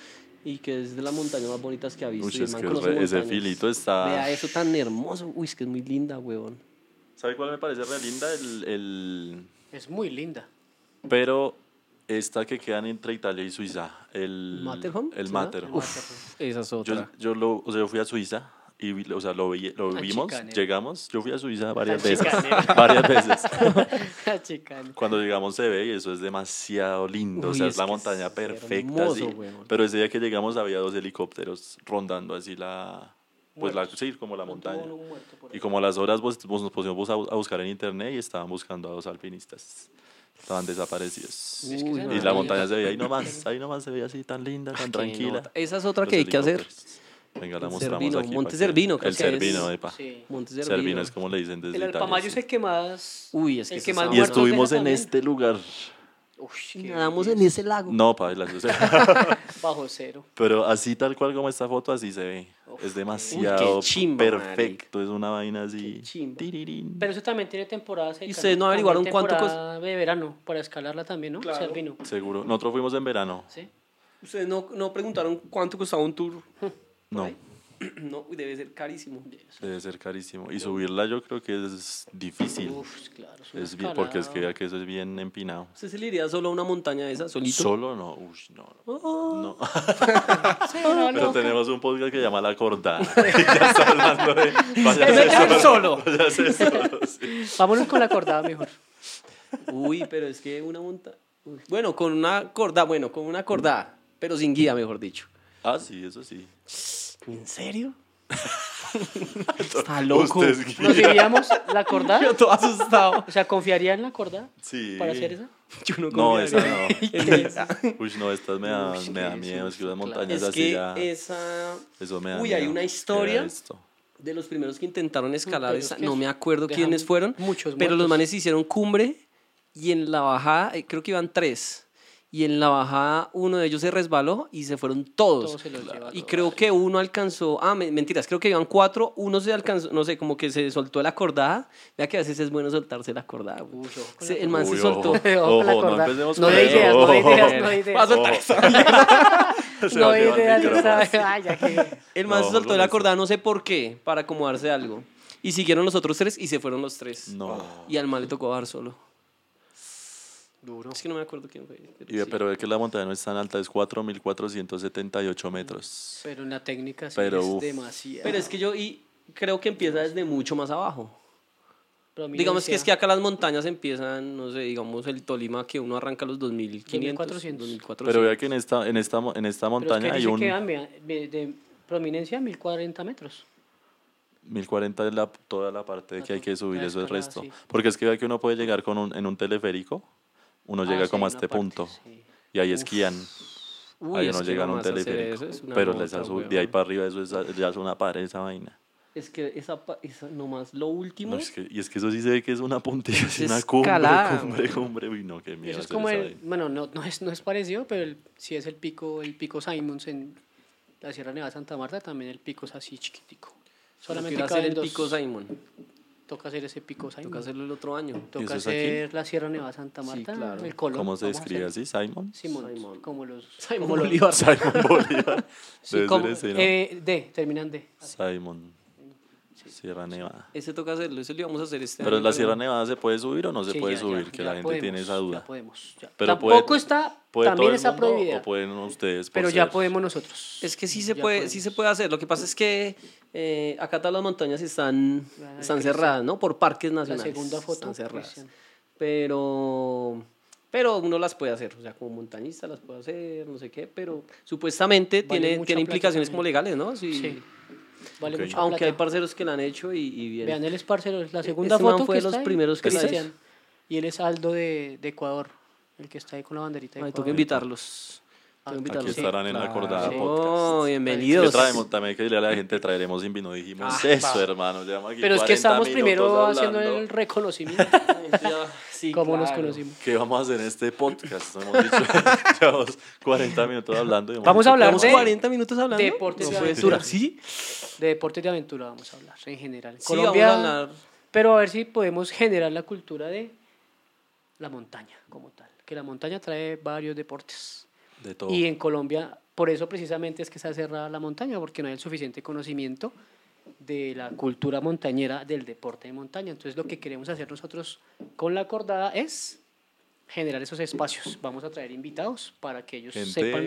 Speaker 2: y que es de las montañas más bonitas que ha visto.
Speaker 1: Ush,
Speaker 2: y el
Speaker 1: es
Speaker 2: man
Speaker 1: que
Speaker 2: conoce
Speaker 1: re- ese
Speaker 2: montañas.
Speaker 1: filito está-
Speaker 2: Vea eso tan hermoso, uy, es que es muy linda, huevón.
Speaker 1: ¿Sabe cuál me parece re linda? El, el-
Speaker 3: Es muy linda.
Speaker 1: Pero esta que quedan entre Italia y Suiza. El
Speaker 2: ¿Matterhorn?
Speaker 1: El
Speaker 2: ¿Será?
Speaker 1: Matterhorn.
Speaker 3: Uf,
Speaker 2: Esa es
Speaker 1: Yo,
Speaker 2: otra.
Speaker 1: yo, lo, o sea, yo fui a Suiza y o sea, lo, vi- lo
Speaker 3: Al
Speaker 1: vimos,
Speaker 3: chicanero.
Speaker 1: llegamos, yo fui a Suiza varias
Speaker 3: Al
Speaker 1: veces,
Speaker 3: chicanero.
Speaker 1: varias veces.
Speaker 3: La chicana.
Speaker 1: Cuando llegamos se ve y eso es demasiado lindo, o sea,
Speaker 2: Uy,
Speaker 1: es
Speaker 2: es
Speaker 1: la
Speaker 2: que
Speaker 1: montaña
Speaker 2: es
Speaker 1: perfecta.
Speaker 2: hermoso,
Speaker 1: así.
Speaker 2: weón.
Speaker 1: Pero ese día que llegamos había dos helicópteros rondando así la, pues la,
Speaker 3: Muertos.
Speaker 1: sí, como la montaña.
Speaker 3: Tuvo uno muerto por
Speaker 1: Y
Speaker 3: ahí.
Speaker 1: como a las horas pues, pues, nos pusimos a, a buscar en internet y estaban buscando a dos alpinistas. Estaban desaparecidos.
Speaker 3: Es que
Speaker 2: Uy,
Speaker 3: esa
Speaker 1: Y
Speaker 2: madre.
Speaker 1: la montaña se veía ahí nomás, ahí nomás se veía así tan linda, tan
Speaker 2: Qué
Speaker 1: tranquila.
Speaker 2: nota. Esa es otra
Speaker 1: Los
Speaker 2: que hay que hacer.
Speaker 1: helicópteros. Venga, la
Speaker 2: El
Speaker 1: mostramos
Speaker 2: Cervino,
Speaker 1: aquí.
Speaker 2: Monte
Speaker 1: para que-
Speaker 2: Cervino, creo
Speaker 1: El
Speaker 2: que
Speaker 1: Cervino,
Speaker 2: es.
Speaker 1: epa.
Speaker 3: Sí.
Speaker 2: Montes de
Speaker 1: Cervino.
Speaker 2: Arvino.
Speaker 1: es como le dicen desde
Speaker 3: El
Speaker 1: Italia,
Speaker 3: Alpamayo es
Speaker 1: sí.
Speaker 3: el que más.
Speaker 2: Uy, es que
Speaker 3: el
Speaker 2: esa
Speaker 3: que más
Speaker 2: es
Speaker 1: Y
Speaker 3: muertos
Speaker 2: muertos
Speaker 3: deja
Speaker 1: estuvimos en
Speaker 3: también.
Speaker 1: este lugar.
Speaker 3: Uy, qué
Speaker 2: Nadamos en
Speaker 3: belleza.
Speaker 2: ese lago.
Speaker 1: No, paila, o sea,
Speaker 3: Bajo cero.
Speaker 1: Pero así tal cual como esta foto, así se ve.
Speaker 3: Uf,
Speaker 1: es demasiado
Speaker 2: Uy, qué chimba,
Speaker 1: perfecto. Es una vaina así.
Speaker 3: Qué chimba.
Speaker 1: tirirín.
Speaker 3: Pero eso también tiene temporada seca.
Speaker 2: ¿Y ustedes no
Speaker 3: También
Speaker 2: averiguaron cuánto cos-
Speaker 3: temporada de verano para escalarla también, ¿no?
Speaker 2: Claro.
Speaker 3: Cervino.
Speaker 1: Seguro. Nosotros fuimos en verano.
Speaker 3: ¿Sí?
Speaker 2: Ustedes no, no preguntaron cuánto costaba un tour.
Speaker 1: No,
Speaker 2: ahí? no, uy, debe ser carísimo.
Speaker 1: debe ser carísimo. Y subirla yo creo que es difícil.
Speaker 3: Uf, claro. una
Speaker 1: es bien, porque es que
Speaker 3: escalada.
Speaker 1: vea que eso es bien empinado.
Speaker 2: ¿Usted se le iría solo a una montaña de esas, solito?
Speaker 1: Solo no. Uy, no. no.
Speaker 3: Ah,
Speaker 2: Oh,
Speaker 1: No.
Speaker 3: Será
Speaker 1: Pero
Speaker 3: loca.
Speaker 1: tenemos un podcast que se llama La Corda. ya está hablando de. Vaya
Speaker 3: Se meten
Speaker 1: solo. Vaya a ser solo. sí.
Speaker 3: Vámonos con la cordada mejor.
Speaker 2: Uy, pero es que una montaña... Bueno, con una corda, bueno, con una corda, pero sin guía, mejor dicho.
Speaker 1: Ah, sí, eso sí.
Speaker 2: ¿En serio? Está loco.
Speaker 1: Usted es
Speaker 3: ¿Nos
Speaker 1: guía.
Speaker 3: diríamos la cordada?
Speaker 2: Yo todo asustado.
Speaker 3: O sea, ¿confiaría en la cordada
Speaker 1: Sí.
Speaker 3: para hacer esa?
Speaker 2: Yo no,
Speaker 1: No,
Speaker 2: confiaría.
Speaker 1: esa no.
Speaker 2: Esa.
Speaker 1: Uy, no, estas me dan,
Speaker 3: Uy,
Speaker 1: me dan
Speaker 3: sí,
Speaker 1: miedo. Es que las
Speaker 3: claro.
Speaker 1: montañas
Speaker 2: Es
Speaker 1: así
Speaker 2: que
Speaker 1: ya.
Speaker 2: esa...
Speaker 1: Eso me da
Speaker 2: Uy, hay
Speaker 1: miedo.
Speaker 2: una
Speaker 1: Era
Speaker 2: historia.
Speaker 1: esto.
Speaker 2: De los primeros que intentaron escalar
Speaker 3: pero
Speaker 2: esa,
Speaker 3: es que
Speaker 2: no me acuerdo
Speaker 3: dejan
Speaker 2: quiénes fueron,
Speaker 3: muchos
Speaker 2: pero los
Speaker 3: muertos.
Speaker 2: manes hicieron cumbre y en la bajada, eh, creo que iban tres, y en la bajada uno de ellos se resbaló y se fueron todos.
Speaker 3: Todos se los lleva
Speaker 2: y
Speaker 3: todo.
Speaker 2: creo que uno alcanzó, ah, me- mentiras, creo que iban cuatro, uno se alcanzó, no sé, como que se soltó la cordada. Vea que a veces es bueno soltarse la cordada. güey.
Speaker 3: Uy, ojo con
Speaker 2: Se-
Speaker 3: la
Speaker 2: el man se
Speaker 1: Uy,
Speaker 2: soltó.
Speaker 3: Ojo con la
Speaker 1: Ojo, no
Speaker 3: cordada.
Speaker 1: empecemos
Speaker 3: No
Speaker 1: con
Speaker 3: hay
Speaker 1: eso.
Speaker 3: ideas, no hay ideas,
Speaker 1: Ojo.
Speaker 3: no hay
Speaker 2: Va a
Speaker 3: ideas.
Speaker 2: soltar esa
Speaker 1: Se
Speaker 3: No
Speaker 1: va a
Speaker 3: hay
Speaker 1: llevar el
Speaker 3: ideas.
Speaker 1: micrófono.
Speaker 3: esa- Ay, ya que...
Speaker 2: El man
Speaker 1: No,
Speaker 2: se soltó
Speaker 1: con
Speaker 2: la
Speaker 1: eso.
Speaker 2: cordada, no sé por qué, para acomodarse algo. Y siguieron los otros tres y se fueron los tres.
Speaker 1: No.
Speaker 2: Y al man le tocó bajar solo.
Speaker 3: Duro.
Speaker 2: Es que no me acuerdo quién fue. Pero,
Speaker 1: Y-
Speaker 2: sí.
Speaker 1: Pero es que la montaña no es tan alta, es 4.478 metros.
Speaker 3: Pero en la técnica sí
Speaker 1: Pero,
Speaker 3: es
Speaker 1: uf.
Speaker 3: demasiado.
Speaker 2: Pero es que yo y creo que empieza desde mucho más abajo.
Speaker 3: Prominencia,
Speaker 2: Digamos que es que acá las montañas empiezan, no sé, digamos el Tolima que uno arranca a los 2500,
Speaker 3: 2400.
Speaker 2: 2400.
Speaker 1: Pero vea que en esta, en esta, mo- en esta
Speaker 3: Pero es que
Speaker 1: montaña hay
Speaker 3: dice
Speaker 1: un
Speaker 3: que dan, vea, de, de prominencia 1040 metros.
Speaker 1: 1040 es la, toda la parte que hay que subir,
Speaker 3: la
Speaker 1: eso es
Speaker 3: escalada,
Speaker 1: resto.
Speaker 3: sí.
Speaker 1: Porque es que vea que uno puede llegar con un, en un teleférico, uno
Speaker 3: Ah,
Speaker 1: llega
Speaker 3: sí,
Speaker 1: como a
Speaker 3: hay una
Speaker 1: este
Speaker 3: parte,
Speaker 1: punto
Speaker 3: sí.
Speaker 1: y ahí esquían.
Speaker 2: Uy,
Speaker 1: ahí
Speaker 2: es
Speaker 1: uno
Speaker 2: que
Speaker 1: llega en un
Speaker 2: nomás hacer
Speaker 1: teleférico.
Speaker 2: eso es una
Speaker 1: pero les
Speaker 2: nota,
Speaker 1: asu- de
Speaker 2: weón.
Speaker 1: ahí para arriba eso es, ya es una pared esa vaina.
Speaker 2: Es que esa, pa- esa nomás
Speaker 1: No,
Speaker 2: lo último.
Speaker 1: es que- y es que eso sí se ve que es una puntilla, es
Speaker 2: Es
Speaker 1: una cumbre,
Speaker 2: escalada,
Speaker 1: cumbre, cumbre. Uy, no, qué miedo.
Speaker 3: Eso es
Speaker 1: hacer
Speaker 3: como
Speaker 1: esa
Speaker 3: el,
Speaker 1: vaina.
Speaker 3: bueno, no, no, es, no es parecido, pero el, sí es el pico, el pico Simons en la Sierra Nevada de Santa Marta, también el pico es así chiquitico. Solamente
Speaker 2: Quiero hacer
Speaker 3: caben
Speaker 2: el
Speaker 3: dos.
Speaker 2: pico Simon.
Speaker 3: Toca hacer ese pico Simon.
Speaker 2: Toca hacerlo el otro año.
Speaker 1: ¿Y eso
Speaker 3: Toca
Speaker 1: es aquí?
Speaker 3: hacer la Sierra Nevada de Santa
Speaker 2: Sí,
Speaker 3: Marta,
Speaker 2: claro.
Speaker 3: el Colón.
Speaker 1: ¿Cómo se
Speaker 3: vamos a
Speaker 1: describe
Speaker 3: hacer
Speaker 1: así? ¿Simon?
Speaker 3: Simons,
Speaker 2: Simon.
Speaker 3: como los...
Speaker 2: Simon
Speaker 3: como los-
Speaker 2: Bolívar.
Speaker 1: Simon Bolívar.
Speaker 3: sí,
Speaker 1: Debe ser
Speaker 3: como-
Speaker 1: ese, ¿no?
Speaker 3: eh, D, terminan D.
Speaker 1: Simon. Sierra Nevada.
Speaker 2: Ese toca hacerlo, ese lo íbamos a hacer este
Speaker 1: Pero
Speaker 2: año,
Speaker 1: la Sierra Nevada se puede subir o no se
Speaker 3: Sí,
Speaker 1: puede
Speaker 3: ya, ya,
Speaker 1: subir, que
Speaker 3: ya
Speaker 1: la gente tiene
Speaker 3: podemos,
Speaker 1: esa duda.
Speaker 3: Ya podemos. ya.
Speaker 1: Pero puede-
Speaker 3: Tampoco está,
Speaker 1: ¿Puede todo
Speaker 3: también
Speaker 1: el
Speaker 3: está
Speaker 1: mundo
Speaker 3: prohibida.
Speaker 1: o pueden ustedes? por
Speaker 3: Pero ya
Speaker 1: ser-
Speaker 3: podemos nosotros.
Speaker 2: Es que sí se
Speaker 3: Ya
Speaker 2: puede,
Speaker 3: podemos.
Speaker 2: sí se puede hacer. Lo que pasa es que eh, acá todas las montañas están,
Speaker 3: Ah,
Speaker 2: están
Speaker 3: Cristian.
Speaker 2: cerradas, ¿no? Por parques
Speaker 3: la
Speaker 2: nacionales.
Speaker 3: segunda foto.
Speaker 2: Están cerradas.
Speaker 3: Cristian.
Speaker 2: Pero, pero uno las puede hacer. O sea, como montañista las puede hacer, no sé qué. Pero supuestamente
Speaker 3: Vale
Speaker 2: tiene,
Speaker 3: mucha
Speaker 2: tiene
Speaker 3: plata
Speaker 2: implicaciones
Speaker 3: también.
Speaker 2: como legales, ¿no? Sí.
Speaker 3: Sí. Vale
Speaker 1: Ok.
Speaker 3: mucho.
Speaker 2: Aunque hay
Speaker 3: plata.
Speaker 2: parceros que la han hecho y, y bien.
Speaker 3: Vean, él es parcero. es La segunda
Speaker 2: Este man
Speaker 3: foto
Speaker 2: fue
Speaker 3: que
Speaker 2: de los
Speaker 3: está ahí,
Speaker 2: primeros que la
Speaker 3: Cristian.
Speaker 2: hizo.
Speaker 3: Y él es Aldo de, de Ecuador. El que está ahí con la banderita. de
Speaker 2: Ay, tengo
Speaker 3: Ecuador. Ah,
Speaker 2: que invitarlos. Tengo que
Speaker 3: Aquí
Speaker 1: Aquí
Speaker 2: invitarlos.
Speaker 1: estarán en la acordada
Speaker 3: Sí.
Speaker 1: podcast.
Speaker 2: Oh,
Speaker 1: ¿Qué
Speaker 2: bienvenidos.
Speaker 1: traemos? También hay que decirle a la gente, traeremos sin vino. Dijimos
Speaker 2: Ah,
Speaker 1: eso,
Speaker 2: pa.
Speaker 1: hermano. llevamos aquí
Speaker 3: Pero es que
Speaker 1: 40
Speaker 3: estamos
Speaker 1: minutos
Speaker 3: primero haciendo
Speaker 1: hablando.
Speaker 3: el reconocimiento.
Speaker 2: Sí,
Speaker 3: cómo nos
Speaker 2: claro.
Speaker 3: conocimos.
Speaker 1: ¿Qué vamos a hacer en este podcast? Hemos dicho, llevamos 40 minutos hablando. y hemos
Speaker 3: Vamos a
Speaker 1: dicho
Speaker 3: hablar
Speaker 1: que
Speaker 2: Llevamos
Speaker 3: de-
Speaker 1: vamos
Speaker 2: 40 minutos hablando.
Speaker 3: Deportes
Speaker 2: No
Speaker 3: de
Speaker 2: puede
Speaker 3: aventura.
Speaker 2: ser. Sí,
Speaker 3: De deportes de aventura vamos a hablar en general.
Speaker 2: Sí, vamos a
Speaker 3: Colombia.
Speaker 2: hablar.
Speaker 3: Pero a ver si podemos generar la cultura de la montaña como tal. Que la montaña trae varios deportes.
Speaker 1: De
Speaker 2: Oh.
Speaker 1: todo.
Speaker 3: Y en Colombia, por eso precisamente es que está cerrada la montaña, porque no hay el suficiente conocimiento de la cultura montañera, del deporte de montaña. Entonces, lo que queremos hacer nosotros con la cordada es generar esos espacios. Vamos a traer invitados para que ellos
Speaker 1: Gente-
Speaker 3: sepan.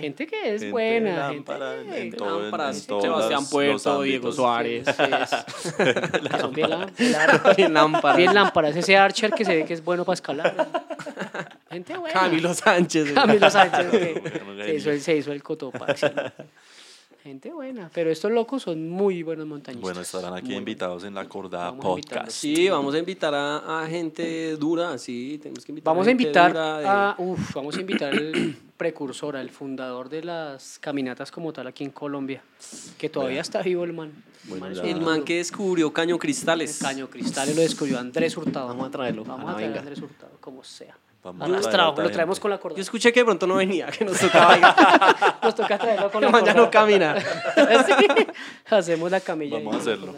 Speaker 3: Gente que es
Speaker 1: gente
Speaker 3: buena.
Speaker 1: lámpara,
Speaker 3: gente
Speaker 1: en
Speaker 3: que-
Speaker 1: todo,
Speaker 2: Lámparas,
Speaker 1: en todos
Speaker 2: Sebastián
Speaker 1: los
Speaker 2: Puerto, Diego
Speaker 1: ámbitos.
Speaker 2: Suárez.
Speaker 3: Sí, sí, es- que son bien lá- bien lá-
Speaker 2: Bien lámparas.
Speaker 3: bien lámparas. Ese archer que se ve que es bueno para escalar. Gente buena.
Speaker 2: Camilo Sánchez.
Speaker 3: Camilo Sánchez, que
Speaker 1: Bueno,
Speaker 3: se, hizo el, se hizo el cotopaxi. Gente buena, pero estos locos son muy buenos montañistas.
Speaker 1: Bueno, estarán aquí
Speaker 3: Muy
Speaker 1: invitados en la Cordada
Speaker 3: Vamos a invitarlos.
Speaker 1: Podcast.
Speaker 2: Sí, vamos a invitar a, a gente dura, sí, tenemos que invitar
Speaker 3: Vamos a
Speaker 2: gente
Speaker 3: invitar
Speaker 2: dura eh, de-
Speaker 3: a, uf, vamos a invitar al precursor, al fundador de las caminatas como tal aquí en Colombia, que todavía
Speaker 1: Vea.
Speaker 3: está vivo el man.
Speaker 1: Bueno,
Speaker 3: es
Speaker 1: ya.
Speaker 3: un
Speaker 2: el man que descubrió Caño Cristales.
Speaker 3: Caño Cristales lo descubrió Andrés Hurtado.
Speaker 2: Vamos a traerlo,
Speaker 3: Vamos
Speaker 2: a la
Speaker 3: a traer a
Speaker 2: venga.
Speaker 3: Andrés Hurtado, como sea.
Speaker 1: Vamos a traer a
Speaker 3: Arrastrado,
Speaker 1: otra
Speaker 3: lo traemos
Speaker 1: gente.
Speaker 3: con la corda.
Speaker 2: Yo escuché que de pronto no venía, que nos tocaba ir.
Speaker 3: Nos toca traerlo con la
Speaker 2: El man ya no
Speaker 3: corda.
Speaker 2: camina.
Speaker 3: Sí, Hacemos la camilla.
Speaker 1: Vamos
Speaker 3: ahí.
Speaker 1: a hacerlo.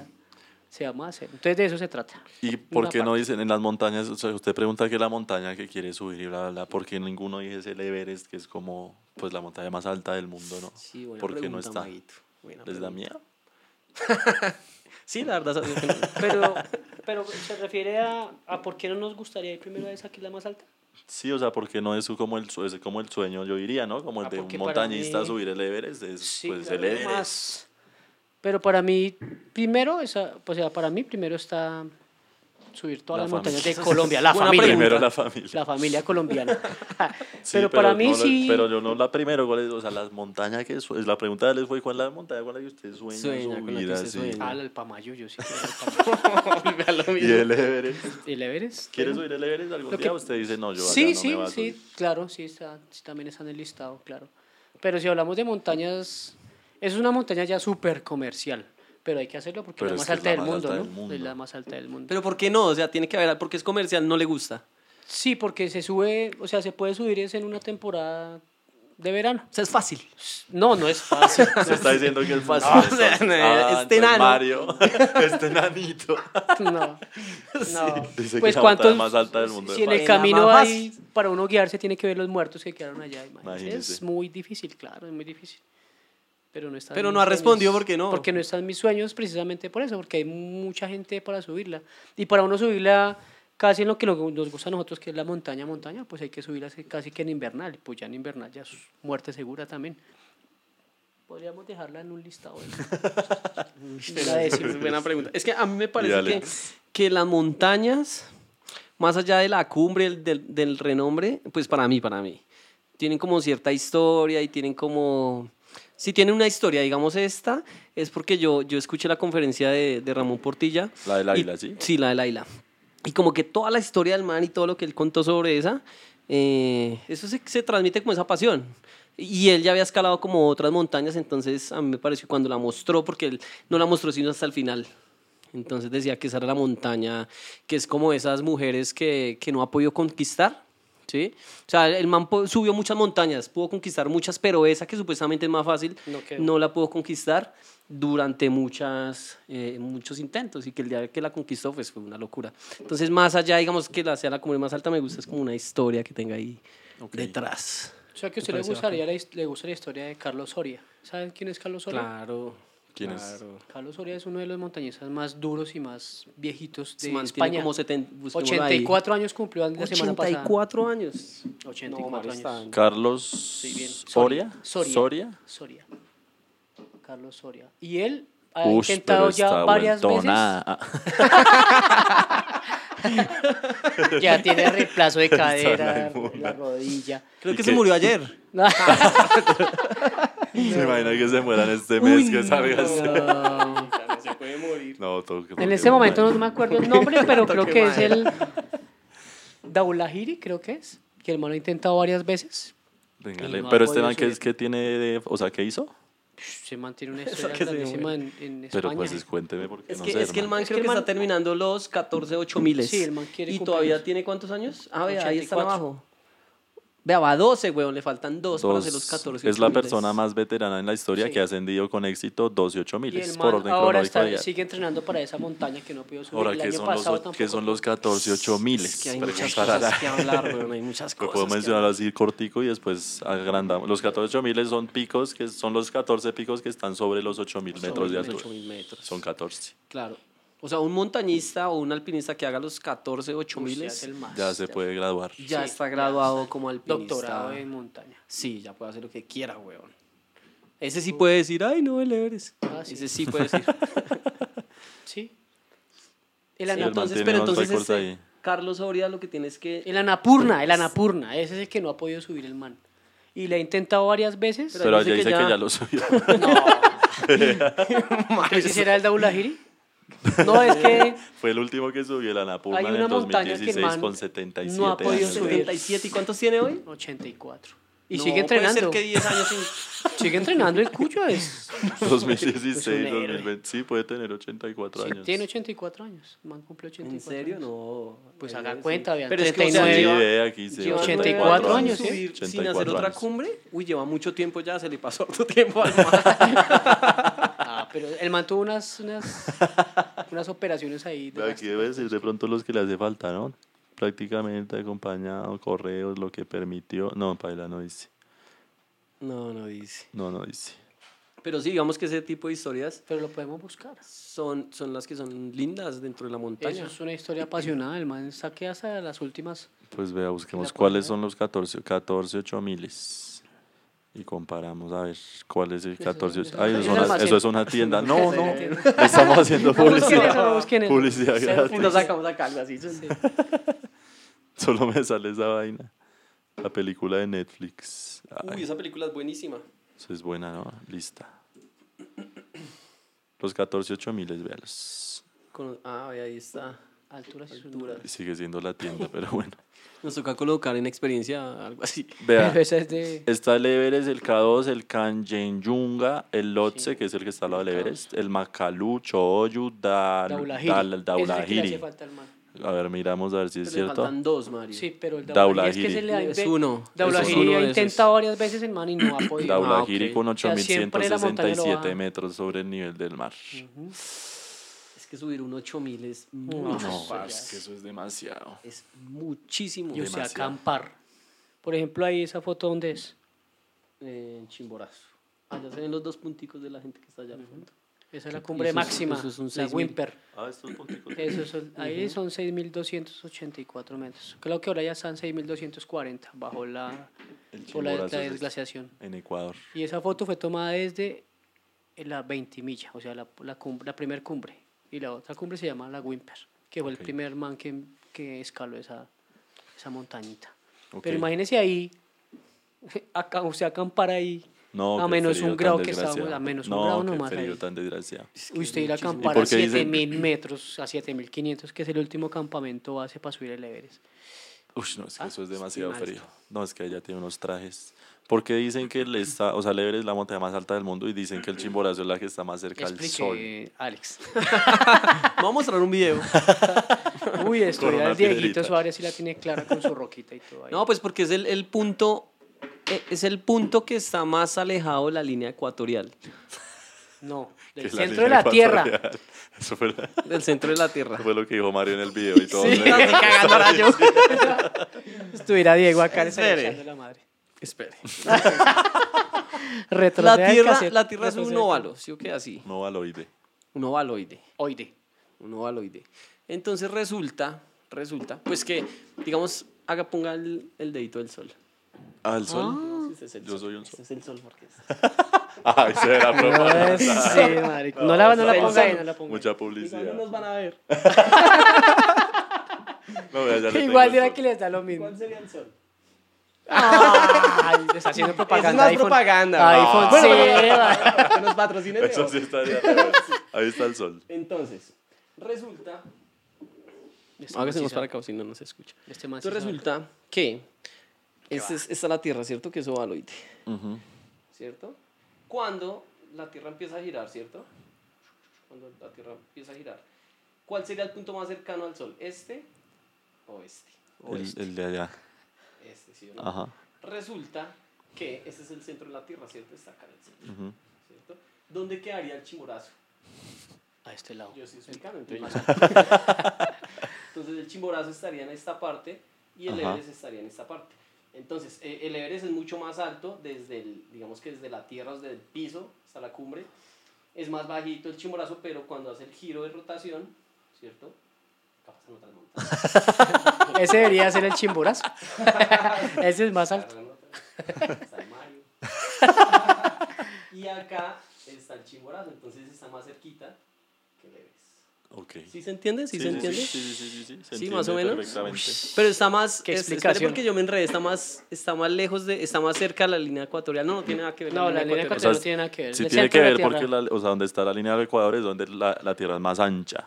Speaker 3: Sí, vamos a hacerlo. Entonces de eso se trata.
Speaker 1: ¿Y por
Speaker 3: Una
Speaker 1: qué no
Speaker 3: parte.
Speaker 1: dicen en las montañas? O sea, usted pregunta que la montaña que quiere subir y bla, bla, bla. ¿Por qué ninguno dice es el Everest, que es como pues la montaña más alta del mundo, no?
Speaker 2: Sí, buena
Speaker 1: ¿Por qué no
Speaker 2: pregunta,
Speaker 1: está?
Speaker 2: Maguito, buena
Speaker 1: ¿Les da
Speaker 2: pregunta.
Speaker 1: miedo?
Speaker 2: Sí, la verdad. sabía que no.
Speaker 3: Pero, pero se refiere a, a por qué no nos gustaría ir primero a esa que es la más alta.
Speaker 1: Sí, o sea, ¿por qué no es como el, su- es como el sueño, yo diría, ¿no? Como el
Speaker 3: Ah,
Speaker 1: de un
Speaker 3: porque para
Speaker 1: montañista
Speaker 3: mí-
Speaker 1: subir el Everest, es pues el
Speaker 3: claro,
Speaker 1: Everest.
Speaker 3: más. Pero para mí, primero, esa, o sea, para mí primero está subir todas
Speaker 1: La
Speaker 3: las montañas de
Speaker 1: familia.
Speaker 3: Colombia, la
Speaker 2: Buena
Speaker 3: familia.
Speaker 2: pregunta.
Speaker 1: Primero la familia.
Speaker 3: La familia colombiana.
Speaker 1: Sí,
Speaker 3: pero, para mí
Speaker 1: no la-
Speaker 3: sí.
Speaker 1: Pero yo no la primero, ¿cuál es? O sea, las montañas que su- es La pregunta de él fue: ¿cuál es la montaña con la que usted sueña,
Speaker 2: Sueña, con la que
Speaker 1: subir
Speaker 2: usted
Speaker 1: así?
Speaker 2: sueña.
Speaker 3: Ah, el Pamayo, yo sí quiero ir al
Speaker 2: Volver a lo
Speaker 3: Ah,
Speaker 2: mismo.
Speaker 1: Y el Everest.
Speaker 3: Pamayo. ¿El Everest?
Speaker 1: ¿Quiere subir el Everest algún
Speaker 3: Lo que-
Speaker 1: día? Usted dice: No, yo.
Speaker 3: Sí,
Speaker 1: allá no
Speaker 3: sí,
Speaker 1: me va a subir.
Speaker 3: sí, claro, sí, está, sí, también está en el listado, claro. Pero si hablamos de montañas, es una montaña ya súper comercial, pero hay que hacerlo porque
Speaker 1: Pero
Speaker 3: es la
Speaker 1: es
Speaker 3: más
Speaker 1: que es la
Speaker 3: alta, del,
Speaker 1: más
Speaker 3: mundo,
Speaker 1: alta
Speaker 3: ¿no?
Speaker 1: del mundo.
Speaker 3: Es la más alta del mundo.
Speaker 2: Pero ¿por qué no? O sea, tiene que haber, porque es comercial, no le gusta.
Speaker 3: sí, porque se sube, o sea, se puede subir es en una temporada de verano.
Speaker 2: O sea, es fácil.
Speaker 3: No, no es fácil.
Speaker 1: Se está diciendo que es fácil.
Speaker 2: No, o
Speaker 1: es
Speaker 2: sea,
Speaker 1: fácil.
Speaker 2: no,
Speaker 1: Ah,
Speaker 2: este
Speaker 1: entonces
Speaker 2: enano.
Speaker 1: Mario, este enanito.
Speaker 3: no. no.
Speaker 1: Dice que
Speaker 3: Pues
Speaker 1: la montaña
Speaker 3: cuántos
Speaker 1: más alta del mundo.
Speaker 3: si
Speaker 1: es
Speaker 3: en el
Speaker 1: fácil.
Speaker 2: fácil.
Speaker 3: camino
Speaker 2: La más
Speaker 3: hay para uno guiarse tiene que ver los muertos que quedaron allá, imagínese. Es
Speaker 1: Imagínese.
Speaker 3: muy difícil, claro, es muy difícil. Pero no está en
Speaker 2: Pero
Speaker 3: mis
Speaker 2: no ha
Speaker 3: sueños.
Speaker 2: respondido, ¿por qué no?
Speaker 3: Porque no están mis sueños precisamente por eso, porque hay mucha gente para subirla y para uno subirla casi en lo que lo- nos gusta a nosotros que es la montaña montaña, pues hay que subirla así- casi que en invernal, pues ya en invernal ya es muerte segura también. Podríamos dejarla en un listado. de- Una décima.
Speaker 2: Es buena pregunta. Es que a mí me parece
Speaker 1: Dale.
Speaker 2: que, que las montañas, más allá de la cumbre, el- del, del renombre, pues para mí, para mí, tienen como cierta historia y tienen como... Si tienen una historia, digamos esta, es porque yo, yo escuché la conferencia de, de Ramón Portilla.
Speaker 1: La del
Speaker 2: y-
Speaker 1: águila, ¿sí?
Speaker 2: Sí, la del águila. Y como que toda la historia del man y todo lo que él contó sobre esa, eh, eso se, se transmite como esa pasión. Y él ya había escalado como otras montañas, entonces a mí me pareció cuando la mostró, porque él no la mostró sino hasta el final. Entonces decía que esa era la montaña, que es como esas mujeres que, que no ha podido conquistar, ¿sí? O sea, el man po- subió muchas montañas, pudo conquistar muchas, pero esa que supuestamente es más fácil,
Speaker 3: No quedó.
Speaker 2: no la pudo conquistar durante muchas, eh, muchos intentos y que el día que la conquistó pues, fue una locura. Entonces, más allá, digamos, que la sea la comunidad más alta, me gusta, es como una historia que tenga ahí
Speaker 1: Ok.
Speaker 2: detrás.
Speaker 3: O sea, que a
Speaker 2: Me
Speaker 3: usted le
Speaker 2: parece
Speaker 3: gustaría la, his- le gusta la historia de Carlos Soria. ¿Saben quién es Carlos Soria?
Speaker 2: Claro.
Speaker 1: ¿Quién es?
Speaker 2: claro.
Speaker 3: Carlos Soria es uno de los montañistas más duros y más viejitos de
Speaker 2: Se mantiene
Speaker 3: España.
Speaker 2: como 70, busquémoslo ahí.
Speaker 3: 84 años cumplió la semana pasada.
Speaker 2: 84 años.
Speaker 3: 84
Speaker 2: Mario,
Speaker 3: años.
Speaker 2: está-
Speaker 1: Carlos
Speaker 3: bien.
Speaker 1: Soria.
Speaker 3: Soria.
Speaker 1: Soria.
Speaker 3: Soria. Carlos Soria. Y él ha
Speaker 1: Ush,
Speaker 3: intentado
Speaker 1: pero
Speaker 3: ya
Speaker 1: está
Speaker 3: varias
Speaker 1: vueltona. Ah,
Speaker 3: veces. Ya tiene reemplazo de cadera, la
Speaker 1: raimunda.
Speaker 3: rodilla.
Speaker 2: Creo
Speaker 1: ¿Y
Speaker 2: que
Speaker 1: qué?
Speaker 2: se murió ayer.
Speaker 3: No,
Speaker 1: Se imagina que se mueran este mes que salga este.
Speaker 2: se puede morir.
Speaker 1: No, todo que-
Speaker 3: en este momento no me acuerdo el nombre, pero creo
Speaker 2: Toque
Speaker 3: que es
Speaker 2: madera.
Speaker 3: el Daulahiri, creo que es. Que el hermano ha intentado varias veces.
Speaker 1: Venga,
Speaker 3: Y
Speaker 1: le-
Speaker 3: no ha
Speaker 1: pero
Speaker 3: podido
Speaker 1: este man que
Speaker 3: subir.
Speaker 1: es que tiene, de- o sea, ¿qué hizo?
Speaker 3: Se mantiene una
Speaker 2: Eso
Speaker 3: historia
Speaker 2: que se
Speaker 3: grandísima en, en España.
Speaker 1: Pero pues es- cuénteme porque
Speaker 2: Es
Speaker 1: no
Speaker 2: que,
Speaker 1: sé.
Speaker 2: es que el
Speaker 1: hermano.
Speaker 2: man
Speaker 3: Es
Speaker 2: creo
Speaker 3: que
Speaker 2: que,
Speaker 3: el man-
Speaker 2: está terminando los 14, 8 miles.
Speaker 3: Sí, el man quiere
Speaker 2: Y
Speaker 3: cumplir
Speaker 2: todavía
Speaker 3: eso.
Speaker 2: tiene cuántos años? Ah, vea, ahí están
Speaker 3: 84.
Speaker 2: abajo. Vea, va a 12, weón, le faltan 2 para
Speaker 1: Dos-
Speaker 2: hacer los 14.
Speaker 1: es la
Speaker 2: 8 miles.
Speaker 1: persona más veterana en la historia
Speaker 3: Sí.
Speaker 1: que ha ascendido con éxito 18
Speaker 3: Y
Speaker 1: miles
Speaker 3: el
Speaker 1: por
Speaker 3: man
Speaker 1: orden
Speaker 3: ahora
Speaker 1: cronológico.
Speaker 3: está-
Speaker 1: de-
Speaker 3: sigue entrenando para esa montaña que no pudo subir
Speaker 1: Ahora,
Speaker 3: el
Speaker 1: ¿qué
Speaker 3: año
Speaker 1: son, los,
Speaker 3: pasado
Speaker 1: o- qué
Speaker 3: tampoco.
Speaker 1: son los 14, 8 miles?
Speaker 2: Es que hay muchas
Speaker 1: Preguntará la-
Speaker 2: cosas que hablar, weón, hay muchas
Speaker 1: Lo
Speaker 2: cosas.
Speaker 1: puedo
Speaker 2: que
Speaker 1: mencionar
Speaker 2: hablar.
Speaker 1: así cortico y después agrandamos. Los 14 miles son picos, que son los 14 picos que están sobre los 8 mil
Speaker 2: Sobre
Speaker 1: metros de
Speaker 2: los
Speaker 1: altura.
Speaker 2: 8.000 metros.
Speaker 1: Son 14.
Speaker 2: Claro. O sea, un montañista o un alpinista que haga los 14, 8
Speaker 3: Uy, Ah, ya
Speaker 2: miles,
Speaker 3: es el más.
Speaker 1: Ya se puede graduar.
Speaker 2: ya
Speaker 3: Sí,
Speaker 2: está
Speaker 3: ya
Speaker 2: graduado como alpinista.
Speaker 3: Doctorado en montaña.
Speaker 2: Sí, ya puede hacer lo que quiera, weón. Ese sí puede decir, ay, no, el Everest.
Speaker 3: Ah, sí.
Speaker 2: Ese sí puede decir.
Speaker 3: Sí.
Speaker 2: el
Speaker 1: Sí, él
Speaker 2: entonces,
Speaker 1: mantiene
Speaker 2: pero
Speaker 1: un
Speaker 2: entonces
Speaker 1: récord
Speaker 2: este
Speaker 1: ahí.
Speaker 2: Carlos Soria lo que tiene es que...
Speaker 3: El Anapurna, el Anapurna. Ese es el que no ha podido subir el man. Y le ha intentado varias veces.
Speaker 1: Pero allá
Speaker 2: dice que
Speaker 1: dice
Speaker 2: ya-
Speaker 1: que ya lo subió.
Speaker 3: ¿Ese será el Daulahiri? No, es que
Speaker 1: Fue el último que subió el Anapurna
Speaker 3: Hay
Speaker 1: en
Speaker 3: una
Speaker 1: el
Speaker 3: montaña que el
Speaker 1: 2016
Speaker 3: man
Speaker 1: con 77
Speaker 3: no ha podido
Speaker 1: años.
Speaker 3: subir.
Speaker 2: 77, ¿y cuántos tiene hoy?
Speaker 3: 84. Y
Speaker 2: No,
Speaker 3: sigue
Speaker 2: Puede ser
Speaker 3: entrenando.
Speaker 2: que 10 años sin...
Speaker 3: Sigue entrenando el cucho es.
Speaker 1: 2016,
Speaker 3: Es un héroe.
Speaker 1: 2020. Sí, puede tener 84
Speaker 3: Sí,
Speaker 1: años.
Speaker 3: tiene 84 años. El man cumple 84.
Speaker 2: ¿En serio?
Speaker 3: años.
Speaker 2: No.
Speaker 3: Pues
Speaker 2: Ahí
Speaker 3: hagan
Speaker 2: sí.
Speaker 3: cuenta, vean,
Speaker 2: Pero es que, o sea,
Speaker 3: 39.
Speaker 1: Ni
Speaker 2: lleva-
Speaker 1: idea aquí, sí,
Speaker 2: lleva
Speaker 3: 84 años, ¿sí?
Speaker 2: subir sin
Speaker 1: 84
Speaker 2: hacer otra
Speaker 1: años.
Speaker 2: cumbre. Uy, lleva mucho tiempo ya, se le pasó otro tiempo al mar.
Speaker 3: Ah, pero el man tuvo unas, unas, unas operaciones ahí. de
Speaker 1: Aquí debe decir de pronto los que le hace falta, ¿no? Prácticamente acompañado, correos, lo que permitió. No, Paila no dice.
Speaker 2: No, no dice.
Speaker 1: No, no dice.
Speaker 2: Pero sí, digamos que ese tipo de historias
Speaker 3: Pero lo podemos buscar.
Speaker 2: son, son las que son lindas dentro de la
Speaker 3: Eso
Speaker 2: montaña.
Speaker 3: es una historia apasionada. El man saquea hasta las últimas.
Speaker 1: Pues vea, busquemos
Speaker 3: La
Speaker 1: cuáles
Speaker 3: cuarta.
Speaker 1: son los 14, 14 8 miles. Y comparamos a ver cuál es el 14
Speaker 3: eso-
Speaker 1: Ay, eso,
Speaker 3: eso es
Speaker 1: son
Speaker 3: un
Speaker 1: las-
Speaker 3: almacén.
Speaker 1: eso es una tienda. No,
Speaker 3: es
Speaker 1: no.
Speaker 3: una
Speaker 1: le Estamos haciendo
Speaker 3: Busquen
Speaker 1: publicidad.
Speaker 3: eso, busquen eso.
Speaker 1: Publicidad
Speaker 2: Y
Speaker 1: gratis.
Speaker 2: nos sacamos acá algo así.
Speaker 1: Solo me sale esa vaina. La película de Netflix. Ay,
Speaker 2: Uy, esa película es buenísima.
Speaker 1: eso es buena, ¿no? Lista. Los 14 8 miles, véalos.
Speaker 2: Con- ah, ve, ahí está.
Speaker 3: Alturas y
Speaker 2: Altura.
Speaker 3: sonoras.
Speaker 1: Sigue siendo la tienda, pero bueno.
Speaker 2: Nos toca colocar en experiencia algo así.
Speaker 1: Vea.
Speaker 3: Pero esa es de.
Speaker 1: Está el Everest, el K2, el Kanjenyunga, el Lotse, que es el que está al lado del Everest, el Macalú, Chooyu, Dal,
Speaker 3: Daulahiri.
Speaker 1: Dal-
Speaker 3: Ese es el que le hace
Speaker 1: Daulahiri.
Speaker 3: falta al man.
Speaker 1: A ver, miramos a ver si es
Speaker 2: Pero le
Speaker 1: cierto.
Speaker 2: faltan dos, Mario.
Speaker 3: Sí, pero el
Speaker 1: Daulahiri.
Speaker 3: Daulahiri es que se le ha
Speaker 2: Es
Speaker 3: inve-
Speaker 2: uno.
Speaker 3: Daulahiri
Speaker 1: Es uno
Speaker 2: de
Speaker 3: ha
Speaker 2: esos.
Speaker 3: intentado varias veces el man y no ha podido.
Speaker 2: Daula-
Speaker 1: Daulahiri
Speaker 2: ok.
Speaker 1: con
Speaker 3: O sea, Ah, siempre la montaña lo
Speaker 1: 8.167
Speaker 3: baja.
Speaker 1: metros sobre el nivel del mar.
Speaker 2: Es que subir un 8000 es
Speaker 3: No,
Speaker 2: mucho,
Speaker 1: No,
Speaker 2: parce.
Speaker 1: parce, que eso es demasiado.
Speaker 2: Es muchísimo.
Speaker 3: Y o sea,
Speaker 1: Demasiado.
Speaker 3: acampar. Por ejemplo, ahí esa foto donde es.
Speaker 2: En Chimborazo. Ah, Allá se ven los dos punticos de la gente que está allá al fondo.
Speaker 3: Esa es la cumbre
Speaker 2: eso es-
Speaker 3: máxima.
Speaker 2: eso es un
Speaker 3: la
Speaker 2: 6.000.
Speaker 3: Wimper.
Speaker 1: Ah, estos punticos.
Speaker 3: Eso son- ahí son 6.284 metros. Creo que ahora ya están 6.240 bajo la,
Speaker 1: El
Speaker 3: por la, la
Speaker 1: Chimborazo es este.
Speaker 3: desglaciación.
Speaker 1: En Ecuador.
Speaker 3: Y esa foto fue tomada desde la 20 milla, o sea, la, la, cumbre- la primer cumbre. Y la otra cumbre se llama la Wimper, que fue
Speaker 1: Ok.
Speaker 3: el primer man que, que escaló esa, esa montañita.
Speaker 1: Ok.
Speaker 3: Pero imagínese ahí, acá, usted acampar ahí,
Speaker 1: No,
Speaker 3: a
Speaker 1: qué
Speaker 3: menos un
Speaker 1: frío tan
Speaker 3: grado que estábamos,
Speaker 1: desgraciado.
Speaker 3: a menos un
Speaker 1: no,
Speaker 3: grado
Speaker 1: qué
Speaker 3: nomás
Speaker 1: frío
Speaker 3: ahí.
Speaker 1: tan desgraciado.
Speaker 3: usted ir a
Speaker 2: muchísimo.
Speaker 3: acampar
Speaker 1: ¿Y
Speaker 3: a
Speaker 1: por qué dicen?
Speaker 3: 7.000 metros, a 7.500, que es el último campamento base para subir el Everest.
Speaker 1: Uy, no, es que
Speaker 3: Ah,
Speaker 1: eso es demasiado
Speaker 3: estoy mal.
Speaker 1: frío. No, es que allá tiene unos trajes. Porque dicen que el está, o sea, el Everest es la montaña más alta del mundo y dicen que el Chimborazo es la que está más cerca al sol.
Speaker 3: Explique, Alex.
Speaker 2: Vamos a mostrar un video.
Speaker 3: Uy, esto
Speaker 1: Con
Speaker 3: ya
Speaker 1: una
Speaker 3: el Dieguito
Speaker 1: piedrita.
Speaker 3: Suárez sí la tiene clara con su roquita y todo ahí.
Speaker 2: No, pues porque es el, el punto. eh, Es el punto que está más alejado de la línea ecuatorial,
Speaker 3: No,
Speaker 1: que
Speaker 3: del
Speaker 1: es
Speaker 3: centro de
Speaker 1: línea
Speaker 3: la Tierra.
Speaker 1: ecuatorial. Eso fue, la-
Speaker 2: del centro de la Tierra.
Speaker 1: fue lo que dijo Mario en el video y todo.
Speaker 2: Sí, cagándola yo.
Speaker 3: Estuviera Diego acá, le estaría
Speaker 2: Espere.
Speaker 3: echando la madre.
Speaker 2: Espere. La
Speaker 3: Retroceda el
Speaker 2: Tierra,
Speaker 3: cassette,
Speaker 2: la tierra es un
Speaker 3: retroceda el
Speaker 2: óvalo, ¿sí o qué? Así.
Speaker 1: No valoide.
Speaker 2: Un ovaloide.
Speaker 3: cassette. Oide.
Speaker 2: Un ovaloide. Entonces resulta, resulta, pues que, digamos, haga, ponga el, el dedito del sol.
Speaker 1: Ah, el sol.
Speaker 2: No, este es el
Speaker 1: Yo soy un
Speaker 2: Este
Speaker 1: sol.
Speaker 2: es el sol porque es-
Speaker 1: Ah, esa era
Speaker 3: No,
Speaker 1: propaganda.
Speaker 3: sí, marica. No la, no la
Speaker 2: Está
Speaker 3: ponga ahí,
Speaker 2: Ah, pensando.
Speaker 3: no la ponga ahí.
Speaker 1: Mucha
Speaker 2: Igual
Speaker 1: publicidad.
Speaker 2: no nos van a ver.
Speaker 1: No, vea, ya le tengo
Speaker 3: Igual
Speaker 1: el
Speaker 3: dirá
Speaker 1: sol.
Speaker 3: que les da lo mismo.
Speaker 2: ¿Cuál sería el sol?
Speaker 3: Ay, les está haciendo propaganda.
Speaker 2: Esa es más
Speaker 3: iPhone.
Speaker 2: propaganda. Ah.
Speaker 3: iPhone
Speaker 2: Bueno,
Speaker 3: sí,
Speaker 2: bueno,
Speaker 3: va.
Speaker 2: bueno, Ah, que nos patrocinen.
Speaker 1: Eso sí estaría. Ahí está el sol.
Speaker 2: Entonces, resulta...
Speaker 3: Este man
Speaker 2: Hágase
Speaker 3: sí
Speaker 2: más para
Speaker 3: sabe.
Speaker 2: acá, si no, no se escucha.
Speaker 3: Este man sí
Speaker 2: Entonces
Speaker 3: sabe.
Speaker 2: resulta que esta es, esta es la Tierra, ¿cierto? Que es ovaloide, ¿cierto? Cuando la Tierra empieza a girar, ¿cierto? Cuando la Tierra empieza a girar, ¿cuál sería el punto más cercano al Sol? ¿Este o este? O
Speaker 1: El,
Speaker 2: este.
Speaker 1: el de allá.
Speaker 2: Este, ¿sí o no?
Speaker 1: Ajá.
Speaker 2: Resulta que este es el centro de la Tierra, ¿cierto? Está acá en el centro,
Speaker 1: ujú.
Speaker 2: ¿cierto? ¿Dónde quedaría el chimborazo?
Speaker 3: A este lado.
Speaker 2: Yo soy mexicano, entonces, Entonces, el chimborazo estaría en esta parte y el
Speaker 1: Ajá.
Speaker 2: Everest estaría en esta parte. Entonces, eh, el Everest es mucho más alto desde el, digamos que desde la tierra, desde el piso hasta la cumbre. Es más bajito el chimborazo, pero cuando hace el giro de rotación, ¿cierto? Capaz de notar
Speaker 3: Ese debería ser el chimborazo. Ese es más alto.
Speaker 2: Está el Mario. y acá está el chimborazo, entonces está más cerquita que Leves.
Speaker 1: Ok.
Speaker 2: ¿Sí se entiende? ¿Sí, se
Speaker 1: sí,
Speaker 2: entiende?
Speaker 1: Sí, sí, sí, sí, sí, se
Speaker 2: Sí,
Speaker 1: entiende
Speaker 2: más o menos.
Speaker 1: Perfectamente.
Speaker 2: Pero está más.
Speaker 3: Qué
Speaker 2: es- espere,
Speaker 3: explicación.
Speaker 2: porque yo me enredé. Está más, está más lejos de. Está más cerca de la línea ecuatorial. No, no tiene nada que ver.
Speaker 3: No, la línea
Speaker 1: O
Speaker 3: ecuatorial
Speaker 1: sea,
Speaker 3: no tiene nada que ver.
Speaker 1: Sí
Speaker 3: El
Speaker 1: tiene que
Speaker 3: centro de la
Speaker 1: ver porque
Speaker 3: Tierra.
Speaker 1: la, o sea, donde está la línea del Ecuador es donde la, la Tierra es más ancha.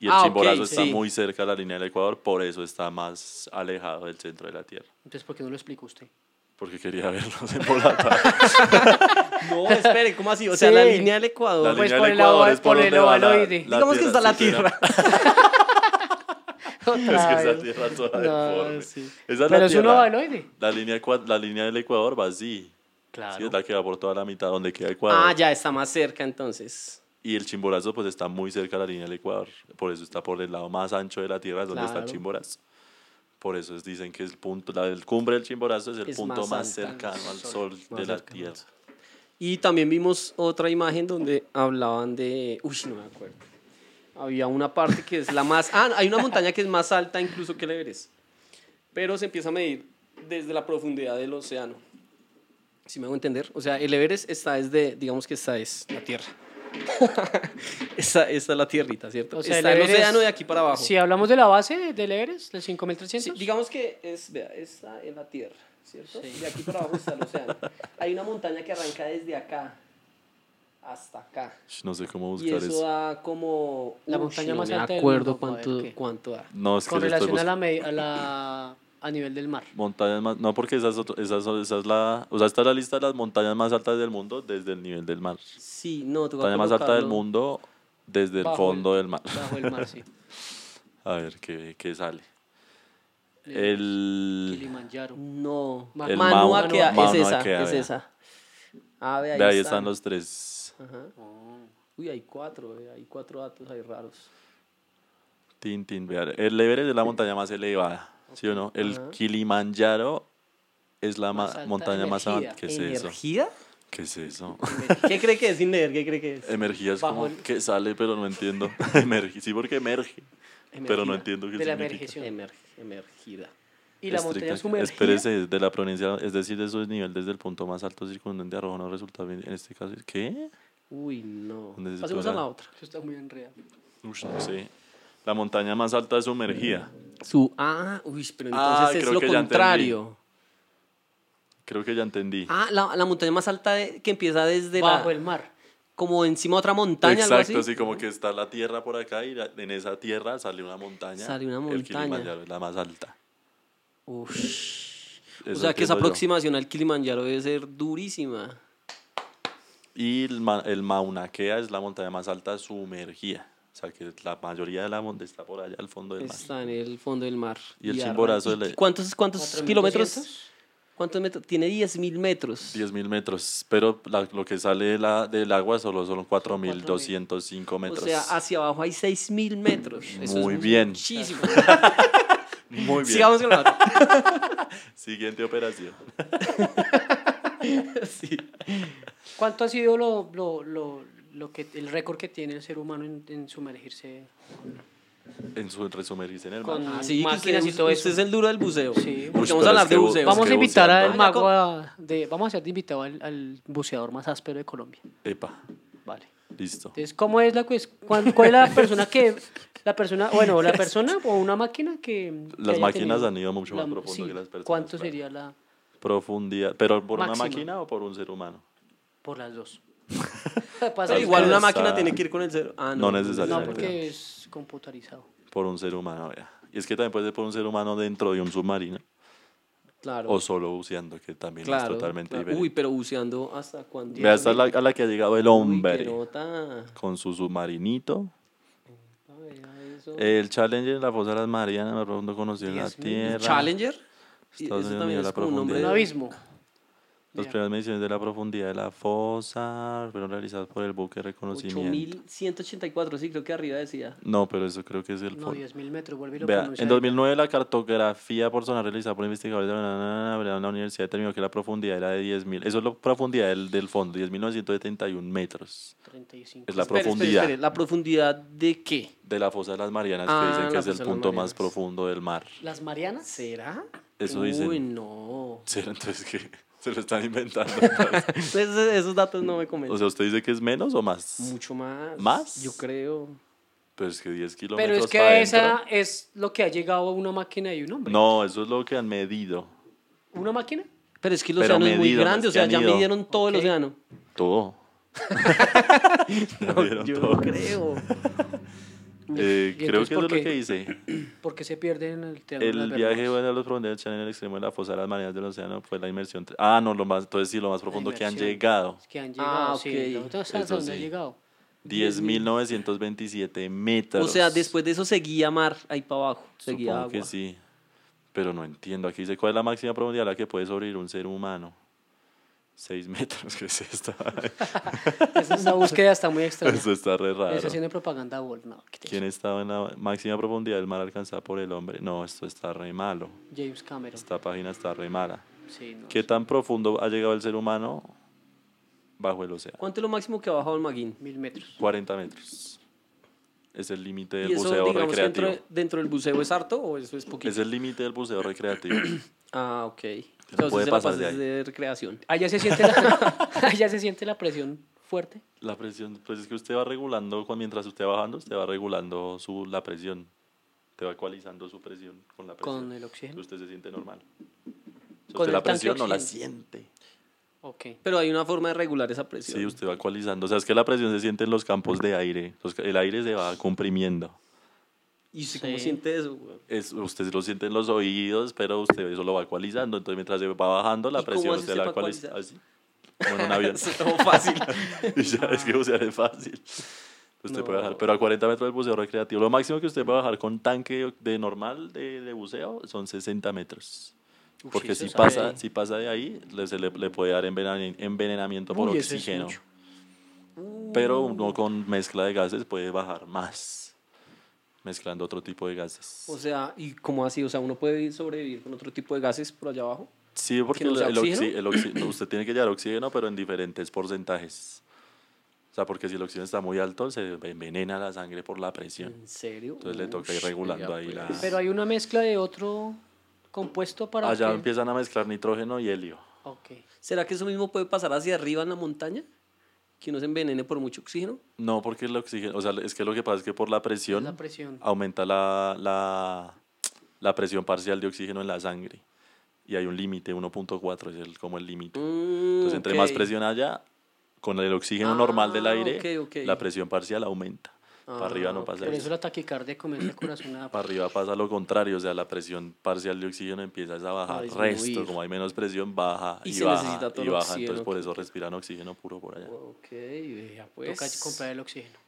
Speaker 1: Y el
Speaker 2: Ah, ok,
Speaker 1: Chimborazo está
Speaker 2: sí.
Speaker 1: muy cerca de la línea del Ecuador, por eso está más alejado del centro de la Tierra.
Speaker 3: Entonces, ¿por qué no lo explica usted?
Speaker 1: Porque quería verlos en Bogotá.
Speaker 2: No, espere, ¿cómo así? O sea,
Speaker 3: Sí.
Speaker 2: la línea del Ecuador.
Speaker 1: La
Speaker 3: Pues
Speaker 1: línea
Speaker 3: por
Speaker 1: del
Speaker 3: el
Speaker 1: Ecuador
Speaker 3: oval-
Speaker 1: es por
Speaker 3: por el
Speaker 1: donde va la-
Speaker 3: ovaloide.
Speaker 1: la
Speaker 2: Digamos que
Speaker 1: Tierra,
Speaker 2: está la
Speaker 1: sí, señora.
Speaker 2: tierra.
Speaker 1: Es que
Speaker 3: Otra
Speaker 1: esa
Speaker 3: vez.
Speaker 1: tierra es toda
Speaker 3: No,
Speaker 1: deforme.
Speaker 3: sí.
Speaker 1: Esa es
Speaker 3: Pero
Speaker 1: la
Speaker 3: es un
Speaker 1: tierra.
Speaker 3: ovaloide.
Speaker 1: La línea, ecua- la línea del Ecuador va así. Sí,
Speaker 3: Claro.
Speaker 1: es la que va por toda la mitad donde queda Ecuador.
Speaker 2: Ah, ya está más cerca entonces.
Speaker 1: Y el Chimborazo pues está muy cerca de la línea del Ecuador. Por eso está por el lado más ancho de la Tierra, es donde está el
Speaker 3: Claro.
Speaker 1: Chimborazo. Por eso es- dicen que es el punto, la del cumbre del Chimborazo es el
Speaker 2: Es
Speaker 1: punto
Speaker 2: más
Speaker 1: más
Speaker 2: alta.
Speaker 1: cercano al sol de la Tierra.
Speaker 2: Y también vimos otra imagen donde hablaban de. Uy, no me acuerdo. Había una parte que es la más. Ah, hay una montaña que es más alta incluso que el Everest. Pero se empieza a medir desde la profundidad del océano. Si me hago entender. O sea, el Everest está desde. Digamos que esta es la Tierra. esta, esta es la tierrita, ¿cierto?
Speaker 3: O sea,
Speaker 2: está
Speaker 3: el
Speaker 2: el,
Speaker 3: Everest-
Speaker 2: océano de aquí para abajo.
Speaker 3: Si hablamos de la base del Everest, del 5300.
Speaker 2: Sí, digamos que es, vea, esta es la tierra, ¿cierto?
Speaker 3: Sí.
Speaker 2: De aquí para abajo está el océano. Hay una montaña que arranca desde acá hasta acá.
Speaker 1: Sh, No sé cómo
Speaker 2: Y
Speaker 1: buscar
Speaker 2: eso
Speaker 1: eso.
Speaker 2: da como.
Speaker 3: La
Speaker 2: Uy,
Speaker 3: montaña
Speaker 2: no
Speaker 3: más
Speaker 2: me
Speaker 3: alta del
Speaker 2: acuerdo
Speaker 3: mundo, joder,
Speaker 2: cuánto,
Speaker 3: ¿qué?
Speaker 2: cuánto da.
Speaker 1: No, es que
Speaker 3: con
Speaker 1: yo estoy
Speaker 3: relación a
Speaker 1: buscando
Speaker 3: la, me- a la a nivel del mar.
Speaker 1: montañas más... No, porque esa es, otro- esa es- esa es la... O sea, esta es la lista de las montañas más altas del mundo desde el nivel del mar.
Speaker 2: Sí, no, toca
Speaker 1: Montaña más alta del
Speaker 2: colocarlo
Speaker 1: mundo desde el
Speaker 3: bajo el-
Speaker 1: fondo del mar.
Speaker 3: Bajo el mar, sí.
Speaker 1: A ver qué, qué sale. El...
Speaker 3: Kilimanjaro.
Speaker 2: No,
Speaker 1: El
Speaker 2: Manua
Speaker 1: Mauna-
Speaker 2: queda-
Speaker 1: Mauna
Speaker 2: es esa,
Speaker 1: Kea,
Speaker 2: es
Speaker 1: vea.
Speaker 2: esa. Ah, ve, ahí,
Speaker 1: De ahí
Speaker 2: están.
Speaker 1: están los tres.
Speaker 2: Ajá. Uy, hay cuatro, eh, hay cuatro datos ahí raros.
Speaker 1: Tin, tin, vean. El Everest es la montaña más elevada, ¿sí o no? El
Speaker 2: Ajá.
Speaker 1: Kilimanjaro es la
Speaker 3: Más
Speaker 1: ma-
Speaker 3: alta
Speaker 1: montaña más
Speaker 3: energía.
Speaker 1: alta. ¿Qué es eso?
Speaker 2: ¿Energía?
Speaker 1: ¿Qué es eso?
Speaker 2: ¿Qué cree que es Inder? ¿Qué cree que es?
Speaker 1: Emergía es
Speaker 3: Bajo
Speaker 1: como
Speaker 3: el-
Speaker 1: que sale, pero no entiendo. Emergi, sí, porque emerge, pero no
Speaker 2: Emergida.
Speaker 1: entiendo qué
Speaker 3: De la
Speaker 1: significa.
Speaker 3: emergencia.
Speaker 2: Emerg-
Speaker 1: eh,
Speaker 2: emergida.
Speaker 3: Y la montaña
Speaker 1: Estricta-
Speaker 3: sumergida.
Speaker 1: Espérese, de la pronuncia, es decir, de su nivel desde el punto más alto circundante a rojo no resulta bien. En este caso, ¿qué?
Speaker 2: Uy, no.
Speaker 1: ¿Dónde se
Speaker 2: Pasemos a
Speaker 1: explora?
Speaker 2: la otra.
Speaker 3: Eso está muy enredado.
Speaker 1: Ush, no sé. La montaña más alta es sumergida.
Speaker 2: Su ah, uy, pero
Speaker 1: Ah,
Speaker 2: entonces es
Speaker 1: creo
Speaker 2: lo
Speaker 1: que ya
Speaker 2: contrario.
Speaker 1: Creo que ya entendí.
Speaker 2: Ah, la, la montaña más alta de- que empieza desde
Speaker 3: Bajo
Speaker 2: la
Speaker 3: el mar.
Speaker 2: como encima de otra montaña,
Speaker 1: Exacto,
Speaker 2: algo así.
Speaker 1: sí, como que está la tierra por acá y la- en esa tierra sale una montaña.
Speaker 2: Sale una
Speaker 1: El
Speaker 2: montaña.
Speaker 1: Kilimanjaro es la más alta.
Speaker 2: Ush. O
Speaker 1: Eso
Speaker 2: sea que esa
Speaker 1: pienso yo.
Speaker 2: aproximación al Kilimanjaro debe ser durísima.
Speaker 1: Y el, ma- el Mauna Kea es la montaña más alta sumergida. O sea que la mayoría de la montaña está por allá al fondo del mar.
Speaker 2: Está en el fondo del mar.
Speaker 1: Y el
Speaker 2: arran-
Speaker 1: Chimborazo
Speaker 2: ¿y
Speaker 1: le-
Speaker 2: ¿Cuántos, cuántos kilómetros?
Speaker 3: 4.200.
Speaker 2: ¿Cuántos metros? Tiene 10.000 metros.
Speaker 1: 10.000 metros, pero la- lo que sale de la, del agua solo son 4.205
Speaker 2: O
Speaker 1: metros.
Speaker 2: sea, hacia abajo hay 6.000 metros. Eso
Speaker 1: Muy
Speaker 2: es
Speaker 1: bien.
Speaker 2: Muchísimo.
Speaker 1: Muy bien.
Speaker 2: Sigamos con la otra.
Speaker 1: Siguiente operación.
Speaker 2: Sí.
Speaker 3: ¿Cuánto ha sido lo, lo, lo, lo que, el récord que tiene el ser humano en, en sumergirse?
Speaker 1: En su resumergirse en el mar.
Speaker 3: Con-
Speaker 2: Ah, sí, que
Speaker 3: Máquinas
Speaker 2: usted-
Speaker 3: y todo
Speaker 2: usted
Speaker 3: eso.
Speaker 2: es el duro del buceo.
Speaker 3: Sí.
Speaker 2: Porque
Speaker 1: Ush,
Speaker 2: vamos
Speaker 1: pero
Speaker 2: a hablar
Speaker 1: es que
Speaker 2: de
Speaker 1: bu-
Speaker 2: buceo.
Speaker 1: Pues
Speaker 3: Vamos a
Speaker 1: que
Speaker 3: invitar
Speaker 1: buceando.
Speaker 3: al mago a- de, vamos a hacer de invitado al, al buceador más áspero de Colombia.
Speaker 1: Epa,
Speaker 3: Vale.
Speaker 1: listo.
Speaker 3: Entonces, ¿cómo es la cues- cuán- ¿Cuál es la persona que la persona, bueno, la persona o una máquina que que
Speaker 1: Las
Speaker 3: haya
Speaker 1: máquinas
Speaker 3: tenido
Speaker 1: han ido mucho más
Speaker 3: la-
Speaker 1: profundo
Speaker 3: sí,
Speaker 1: que las personas.
Speaker 3: ¿Cuánto
Speaker 1: claro.
Speaker 3: sería la
Speaker 1: Profundidad. ¿Pero por una
Speaker 3: Máxima.
Speaker 1: máquina o por un ser humano?
Speaker 3: por las dos?
Speaker 2: Pero
Speaker 3: Pasa
Speaker 1: Tal
Speaker 2: igual
Speaker 1: vez
Speaker 2: una
Speaker 1: está-
Speaker 2: máquina tiene que ir con el cero. Ah,
Speaker 1: No
Speaker 2: no,
Speaker 3: No,
Speaker 1: necesariamente.
Speaker 3: porque es computarizado.
Speaker 1: Por un ser humano, vea. Y es que también puede ser por un ser humano dentro de un submarino.
Speaker 2: Claro.
Speaker 1: O solo buceando, que también
Speaker 2: claro,
Speaker 1: es totalmente
Speaker 2: claro.
Speaker 1: diferente.
Speaker 2: Uy, pero buceando hasta cuándo.
Speaker 1: Vea, esta es la, a la que ha llegado el
Speaker 2: Uy,
Speaker 1: hombre.
Speaker 2: qué nota.
Speaker 1: con su submarinito.
Speaker 2: Ah, vea eso.
Speaker 1: El Challenger en la fosa de las Marianas, más profundo conocido en la
Speaker 3: Diez mil.
Speaker 1: Tierra.
Speaker 2: Challenger. Y
Speaker 1: Estados
Speaker 2: eso
Speaker 1: Unidos
Speaker 2: también
Speaker 1: mide
Speaker 2: es
Speaker 1: la
Speaker 2: como un nombre.
Speaker 1: profundidad.
Speaker 3: Un abismo.
Speaker 1: Las
Speaker 3: Ya.
Speaker 1: primeras mediciones de la profundidad de la fosa fueron realizadas por el buque reconocimiento.
Speaker 2: 8.184, sí, creo que arriba decía.
Speaker 1: No, pero eso creo que es el...
Speaker 3: No,
Speaker 1: fo-
Speaker 3: 10.000 metros, vuelve y lo
Speaker 1: Vea,
Speaker 3: pronuncia
Speaker 1: en
Speaker 3: de-
Speaker 1: 2009 la cartografía por zona realizada por investigadores de la, la- la- la- la universidad determinó que la profundidad era de 10.000. Eso es la profundidad del, del fondo, 10.971 metros.
Speaker 3: 35.
Speaker 1: Es la
Speaker 2: Espere, espere,
Speaker 1: profundidad
Speaker 2: espere, ¿La profundidad de qué?
Speaker 1: de la fosa de las Marianas
Speaker 2: Ah,
Speaker 1: que dicen que
Speaker 2: la
Speaker 1: es el
Speaker 2: fosa de las
Speaker 1: punto más
Speaker 2: Marianas.
Speaker 1: profundo del mar.
Speaker 3: ¿Las Marianas?
Speaker 2: ¿Será?
Speaker 1: Eso
Speaker 2: Uy,
Speaker 1: dicen.
Speaker 2: no.
Speaker 1: Sí, Entonces, ¿qué? Se lo están inventando.
Speaker 2: Es- esos datos no me
Speaker 1: o
Speaker 2: comentan.
Speaker 1: sea, ¿usted dice que es menos o más?
Speaker 2: Pues Mucho más.
Speaker 1: ¿Más?
Speaker 2: Yo creo.
Speaker 1: Pero es que 10 kilómetros
Speaker 3: Pero es
Speaker 1: para
Speaker 3: que esa es lo que ha llegado a una máquina y un hombre.
Speaker 1: No, eso es lo que han medido.
Speaker 3: ¿Una máquina?
Speaker 2: Pero es que el
Speaker 1: Pero
Speaker 2: océano es muy
Speaker 1: medido, no
Speaker 2: grande,
Speaker 1: es
Speaker 2: o sea,
Speaker 1: que
Speaker 2: ya
Speaker 1: han ido.
Speaker 2: midieron todo el
Speaker 3: Ok.
Speaker 2: océano.
Speaker 1: Todo. Ya vieron
Speaker 2: yo
Speaker 1: todo.
Speaker 2: no creo.
Speaker 1: Eh,
Speaker 3: ¿Y
Speaker 1: creo
Speaker 3: entonces
Speaker 1: que eso
Speaker 3: por
Speaker 1: es lo
Speaker 3: qué?
Speaker 1: que hice.
Speaker 3: ¿Por qué se pierde en el teatro?
Speaker 1: El viaje bueno, a los profundos del en el extremo de la fosa de las mareas del océano fue la inmersión. tre- Ah, no, lo más, entonces sí, lo más profundo que han
Speaker 3: inmersión.
Speaker 1: llegado.
Speaker 3: que han llegado.
Speaker 2: Ah, ok.
Speaker 3: sí, no, entonces,
Speaker 1: Eso
Speaker 3: ¿hasta dónde ha
Speaker 1: sí.
Speaker 3: llegado?
Speaker 1: 10.927 metros.
Speaker 2: O sea, después de eso seguía mar ahí para abajo. Seguía
Speaker 1: Supongo
Speaker 2: agua.
Speaker 1: que sí. Pero no entiendo. Aquí dice, ¿cuál es la máxima profundidad a la que puede sobrevivir un ser humano? 6 metros, ¿qué es esta?
Speaker 3: Esa, esa búsqueda está muy extraña.
Speaker 1: Eso está re raro.
Speaker 3: Está haciendo propaganda a Wall. No, ¿qué te
Speaker 1: ¿Quién estaba en la máxima profundidad del mar alcanzada por el hombre? No, esto está re malo.
Speaker 3: James Cameron.
Speaker 1: Esta página está re mala.
Speaker 3: Sí, no.
Speaker 1: ¿Qué tan profundo ha llegado el ser humano bajo el océano?
Speaker 2: ¿Cuánto es lo máximo que ha bajado el maguín?
Speaker 3: Mil metros.
Speaker 1: 40 metros. Es el límite
Speaker 2: ¿Y
Speaker 1: del
Speaker 2: eso,
Speaker 1: buceo
Speaker 2: digamos, que dentro,
Speaker 1: recreativo.
Speaker 2: dentro del buceo es harto o eso es poquito?
Speaker 1: Es el límite del buceo recreativo.
Speaker 2: Ah, ok.
Speaker 1: no
Speaker 2: Entonces
Speaker 1: puede
Speaker 2: se la
Speaker 1: pasar de
Speaker 2: pasas
Speaker 1: ahí.
Speaker 2: de recreación.
Speaker 3: Allá se siente la, allá se siente la presión fuerte.
Speaker 1: La presión, pues es que usted va regulando, cu- mientras usted va bajando, usted va regulando su, la presión. Te va ecualizando su presión con la presión.
Speaker 3: Con el oxígeno.
Speaker 1: Usted se siente normal. Entonces,
Speaker 3: Con
Speaker 1: usted
Speaker 3: el
Speaker 1: la
Speaker 3: tanque
Speaker 1: presión no la
Speaker 3: oxígeno.
Speaker 1: siente.
Speaker 3: Ok.
Speaker 2: Pero hay una forma de regular esa presión.
Speaker 1: Sí, usted va ecualizando. O sea, es que la presión se siente en los campos de aire. Los ca- el aire se va comprimiendo.
Speaker 2: ¿Y usted
Speaker 3: Sí.
Speaker 2: cómo siente eso? güey?
Speaker 1: Es, usted lo siente en los oídos, pero usted eso lo va ecualizando. Entonces, mientras se va bajando la
Speaker 2: ¿Y cómo
Speaker 1: presión,
Speaker 2: hace
Speaker 1: usted
Speaker 2: usted
Speaker 1: la
Speaker 2: para
Speaker 1: ecualiza. Así.
Speaker 2: ecualizar?
Speaker 1: Como en un avión.
Speaker 2: Eso es como fácil.
Speaker 1: Y ya es que bucear es fácil. Usted puede bajar,
Speaker 2: No.
Speaker 1: pero a 40 metros del buceo recreativo, lo máximo que usted puede bajar con tanque de normal de, de buceo son 60 metros.
Speaker 3: Uf,
Speaker 1: Porque
Speaker 3: eso
Speaker 1: si
Speaker 3: es
Speaker 1: pasa,
Speaker 3: ahí.
Speaker 1: si pasa de ahí, le, se le, le puede dar envenen- envenenamiento por
Speaker 3: Uy, eso es
Speaker 1: oxígeno.
Speaker 3: mucho.
Speaker 1: Pero
Speaker 2: Uh.
Speaker 1: uno con mezcla de gases puede bajar más, mezclando otro tipo de gases.
Speaker 2: O sea, ¿y cómo así? O sea, ¿uno puede sobrevivir con otro tipo de gases por allá abajo?
Speaker 1: Sí, porque
Speaker 2: no
Speaker 1: el,
Speaker 2: sea
Speaker 1: el oxi-
Speaker 2: oxígeno?
Speaker 1: el oxi- no, usted tiene que llevar oxígeno, pero en diferentes porcentajes. O sea, porque si el oxígeno está muy alto, se envenena la sangre por la presión.
Speaker 2: ¿En serio?
Speaker 1: Entonces le toca ir
Speaker 2: Ush,
Speaker 1: regulando
Speaker 2: vea,
Speaker 1: ahí
Speaker 2: pues.
Speaker 1: la-
Speaker 3: Pero hay una mezcla de otro compuesto para
Speaker 1: Allá
Speaker 3: que-
Speaker 1: empiezan a mezclar nitrógeno y helio.
Speaker 3: Ok.
Speaker 2: ¿Será que eso mismo puede pasar hacia arriba en la montaña? Que uno se envenene por mucho oxígeno.
Speaker 1: No, porque el oxígeno, o sea, es que lo que pasa es que por la presión,
Speaker 3: La presión.
Speaker 1: aumenta la, la, la presión parcial de oxígeno en la sangre. Y hay un límite, 1.4 es el, como el límite. Entonces, entre más presión haya, con el oxígeno normal del
Speaker 2: Ah,
Speaker 1: aire,
Speaker 2: ok, ok.
Speaker 1: la presión parcial aumenta. Para
Speaker 2: Ah,
Speaker 1: arriba no
Speaker 2: ok.
Speaker 1: pasa
Speaker 3: Por
Speaker 1: eso.
Speaker 3: eso la taquicardia comienza el corazón a...
Speaker 1: Para arriba pasa lo contrario, o sea, la presión parcial de oxígeno empieza a bajar.
Speaker 2: A disminuir.
Speaker 1: Resto, como hay menos presión, baja y,
Speaker 2: Y se
Speaker 1: baja
Speaker 2: necesita todo
Speaker 1: y
Speaker 2: el
Speaker 1: baja. Entonces,
Speaker 2: oxígeno
Speaker 1: por
Speaker 2: que-
Speaker 1: eso respiran oxígeno puro por allá.
Speaker 2: Ok, vea pues.
Speaker 3: Toca comprar el oxígeno.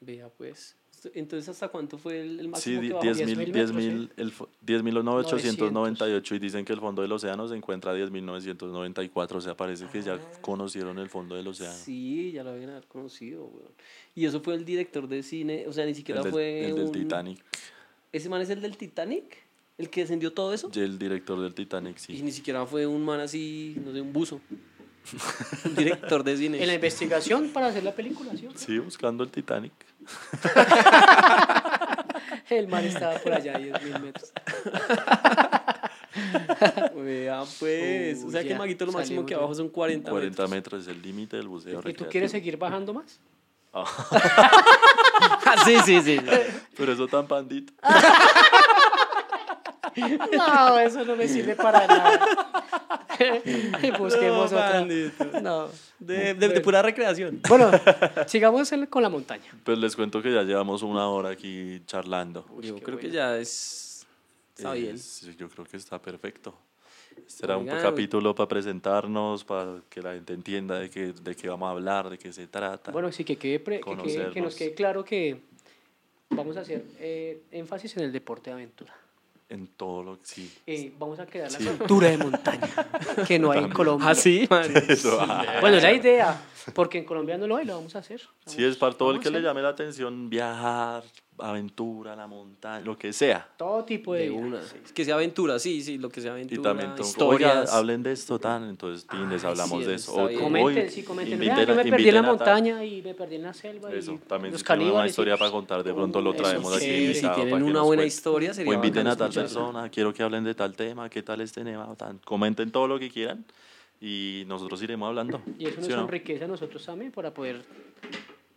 Speaker 2: Vea pues. Entonces, ¿hasta cuánto fue el, el
Speaker 1: Sí,
Speaker 2: máximo que
Speaker 1: di-
Speaker 2: bajó?
Speaker 1: 10.000,
Speaker 3: 10.000
Speaker 1: 10.000,
Speaker 3: metros,
Speaker 1: el fo- 10.998 y dicen que el fondo del océano se encuentra a 10.994, o sea, parece que ya conocieron el fondo del océano.
Speaker 2: Ah. Sí, ya lo habían haber conocido, weón. Y eso fue el director de cine, o sea, ni siquiera
Speaker 1: el del,
Speaker 2: fue
Speaker 1: el del
Speaker 2: un-
Speaker 1: Titanic,
Speaker 2: ¿Ese man es el del Titanic? ¿El que descendió todo eso?
Speaker 1: y el director del Titanic,
Speaker 2: Y
Speaker 1: sí.
Speaker 2: ni siquiera fue un man así, no sé, un buzo. un director de cine.
Speaker 3: En la investigación para hacer la película, ¿sí? o
Speaker 1: Sí, buscando el Titanic.
Speaker 3: qué? El mar estaba por allá a 10.000 metros.
Speaker 2: Vea, pues. o sea
Speaker 3: Uy,
Speaker 2: que
Speaker 3: ya,
Speaker 2: Maguito lo máximo
Speaker 3: salimos
Speaker 2: que
Speaker 3: de-
Speaker 2: abajo son 40,
Speaker 1: 40
Speaker 2: metros.
Speaker 1: metros es el límite del buceo.
Speaker 3: ¿Y tú
Speaker 1: recreativo.
Speaker 3: quieres seguir bajando más?
Speaker 2: Ah, sí, sí, sí.
Speaker 1: Pero eso tan pandito.
Speaker 3: No, eso no me sirve para nada. Busquemos
Speaker 2: No,
Speaker 3: otra.
Speaker 2: bandito.
Speaker 3: No.
Speaker 2: De, de- de pura recreación.
Speaker 3: Bueno, sigamos en- con la montaña.
Speaker 1: Pues les cuento que ya llevamos una hora aquí charlando.
Speaker 2: Yo
Speaker 3: qué
Speaker 2: creo que
Speaker 3: bueno.
Speaker 2: ya es. Está bien.
Speaker 1: Es- yo creo que está perfecto. Este era un
Speaker 2: Oigan.
Speaker 1: capítulo para presentarnos, para que la gente entienda de qué, de qué vamos a hablar, de qué se trata.
Speaker 3: Bueno, sí, que, quede pre- que, quede- que nos
Speaker 1: Conocernos.
Speaker 3: quede claro que vamos a hacer eh, énfasis en el deporte de aventura.
Speaker 1: en todo lo que sí.
Speaker 3: Eh, vamos a crear
Speaker 1: Sí. Ah,
Speaker 3: la cultura de montaña que no hay en Colombia.
Speaker 2: Así,
Speaker 1: Eso, ah.
Speaker 3: Bueno, la idea, porque en Colombia no lo hay, lo vamos a hacer.
Speaker 1: Sí, es para todo el que le
Speaker 3: llama
Speaker 1: llame la atención viajar, aventura, la montaña, lo que sea.
Speaker 3: Todo tipo de,
Speaker 2: De
Speaker 3: vida,
Speaker 2: una.
Speaker 3: sí.
Speaker 2: Es que sea aventura, sí, sí, lo que sea aventura.
Speaker 1: Y también, to-
Speaker 2: historias.
Speaker 1: oiga, hablen de esto tan, entonces, tines,
Speaker 2: Ay,
Speaker 1: hablamos
Speaker 2: sí,
Speaker 1: de eso.
Speaker 2: eso está
Speaker 1: O-
Speaker 2: bien.
Speaker 1: o
Speaker 3: Comenten,
Speaker 1: hoy
Speaker 3: sí, comenten.
Speaker 1: Eh, inviten
Speaker 3: "Vea, yo
Speaker 1: a-
Speaker 3: me perdí en
Speaker 1: inviten
Speaker 3: la
Speaker 1: a tal-
Speaker 3: montaña y me perdí en la selva. y
Speaker 1: Eso, también
Speaker 3: los
Speaker 1: si tienen una
Speaker 3: caníbales",
Speaker 1: historia
Speaker 3: y-
Speaker 1: para contar, de pronto lo
Speaker 3: Eso,
Speaker 1: traemos
Speaker 3: sí,
Speaker 1: aquí
Speaker 3: sí,
Speaker 2: si
Speaker 1: invitado para
Speaker 2: tienen
Speaker 1: que
Speaker 2: una
Speaker 1: nos
Speaker 2: buena
Speaker 1: cuente.
Speaker 2: historia, sería
Speaker 1: O inviten
Speaker 2: bacano
Speaker 1: a tal
Speaker 2: escucharla.
Speaker 1: persona, quiero que hablen de tal tema, qué tal este tema, o tan- comenten todo lo que quieran y nosotros iremos hablando.
Speaker 3: Y eso
Speaker 1: ¿sí o
Speaker 3: nos
Speaker 1: no?
Speaker 3: enriquece a nosotros también para poder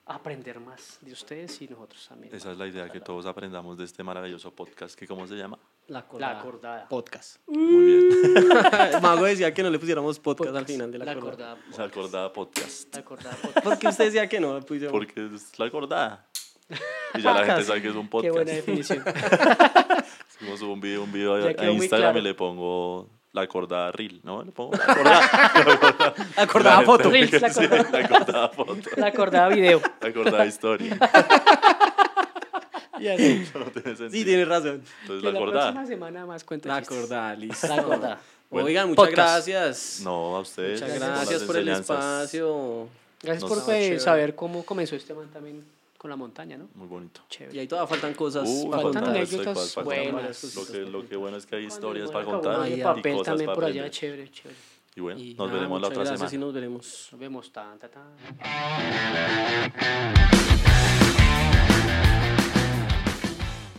Speaker 3: aprender más de ustedes y nosotros también.
Speaker 1: Esa es la idea, que todos aprendamos de este maravilloso podcast, que ¿cómo se llama?
Speaker 2: La acordada.
Speaker 3: La acordada.
Speaker 2: Podcast.
Speaker 1: Muy bien,
Speaker 3: Mm.
Speaker 2: Mago decía que no le pusiéramos podcast, al final de la,
Speaker 3: la
Speaker 2: acordada.
Speaker 3: acordada.
Speaker 1: la acordada podcast,
Speaker 3: La acordada. podcast.
Speaker 2: ¿Por qué usted decía que no le pusiéramos?
Speaker 1: porque es la acordada. Y ya la gente sabe que es un
Speaker 3: Qué buena
Speaker 1: podcast.
Speaker 3: definición.
Speaker 1: Si yo subo un video, un video
Speaker 3: Ya
Speaker 1: a, a
Speaker 3: quedó muy
Speaker 1: Instagram
Speaker 3: claro.
Speaker 1: y le pongo la acordada reel, ¿no? Le pongo la
Speaker 2: La acordada foto.
Speaker 3: Reels, la
Speaker 1: Sí,
Speaker 3: acordada.
Speaker 1: la acordada foto,
Speaker 3: La acordada video.
Speaker 1: la acordada historia.
Speaker 3: Y así.
Speaker 1: Eso no tiene sentido.
Speaker 2: Sí, tiene razón.
Speaker 1: Entonces
Speaker 3: Que
Speaker 1: la
Speaker 3: la próxima
Speaker 1: acordada.
Speaker 3: semana más cuenta
Speaker 2: La
Speaker 3: chistes.
Speaker 2: acordada, listo.
Speaker 3: La acordada.
Speaker 1: Bueno,
Speaker 2: Oigan, muchas
Speaker 3: podcast.
Speaker 2: gracias.
Speaker 1: No, a ustedes.
Speaker 2: muchas
Speaker 1: por las
Speaker 2: gracias por el
Speaker 1: enseñanzas.
Speaker 2: espacio.
Speaker 3: Gracias
Speaker 1: Nos-
Speaker 3: por
Speaker 1: No,
Speaker 3: pues,
Speaker 2: chévere.
Speaker 3: saber cómo comenzó este man también con la montaña, ¿no?
Speaker 1: Muy bonito.
Speaker 2: Y
Speaker 3: Chévere.
Speaker 2: ahí todavía faltan cosas
Speaker 1: Uy,
Speaker 2: para
Speaker 1: Uh, faltan
Speaker 2: contar.
Speaker 3: anécdotas
Speaker 1: anécdotas, faltan
Speaker 3: buenas.
Speaker 1: varias cositas Lo que, lo que bueno es que hay historias para
Speaker 3: Cuando
Speaker 1: contar
Speaker 3: el
Speaker 1: y
Speaker 2: y
Speaker 3: papel
Speaker 1: cosas
Speaker 3: también
Speaker 1: para
Speaker 3: por allá,
Speaker 1: aprender.
Speaker 3: chévere, chévere.
Speaker 1: Y bueno,
Speaker 2: Y
Speaker 1: nos
Speaker 2: nada,
Speaker 1: veremos la
Speaker 2: muchas
Speaker 1: otra
Speaker 2: gracias
Speaker 1: semana.
Speaker 2: y nos veremos.
Speaker 3: Nos vemos. Tan, tan, tan.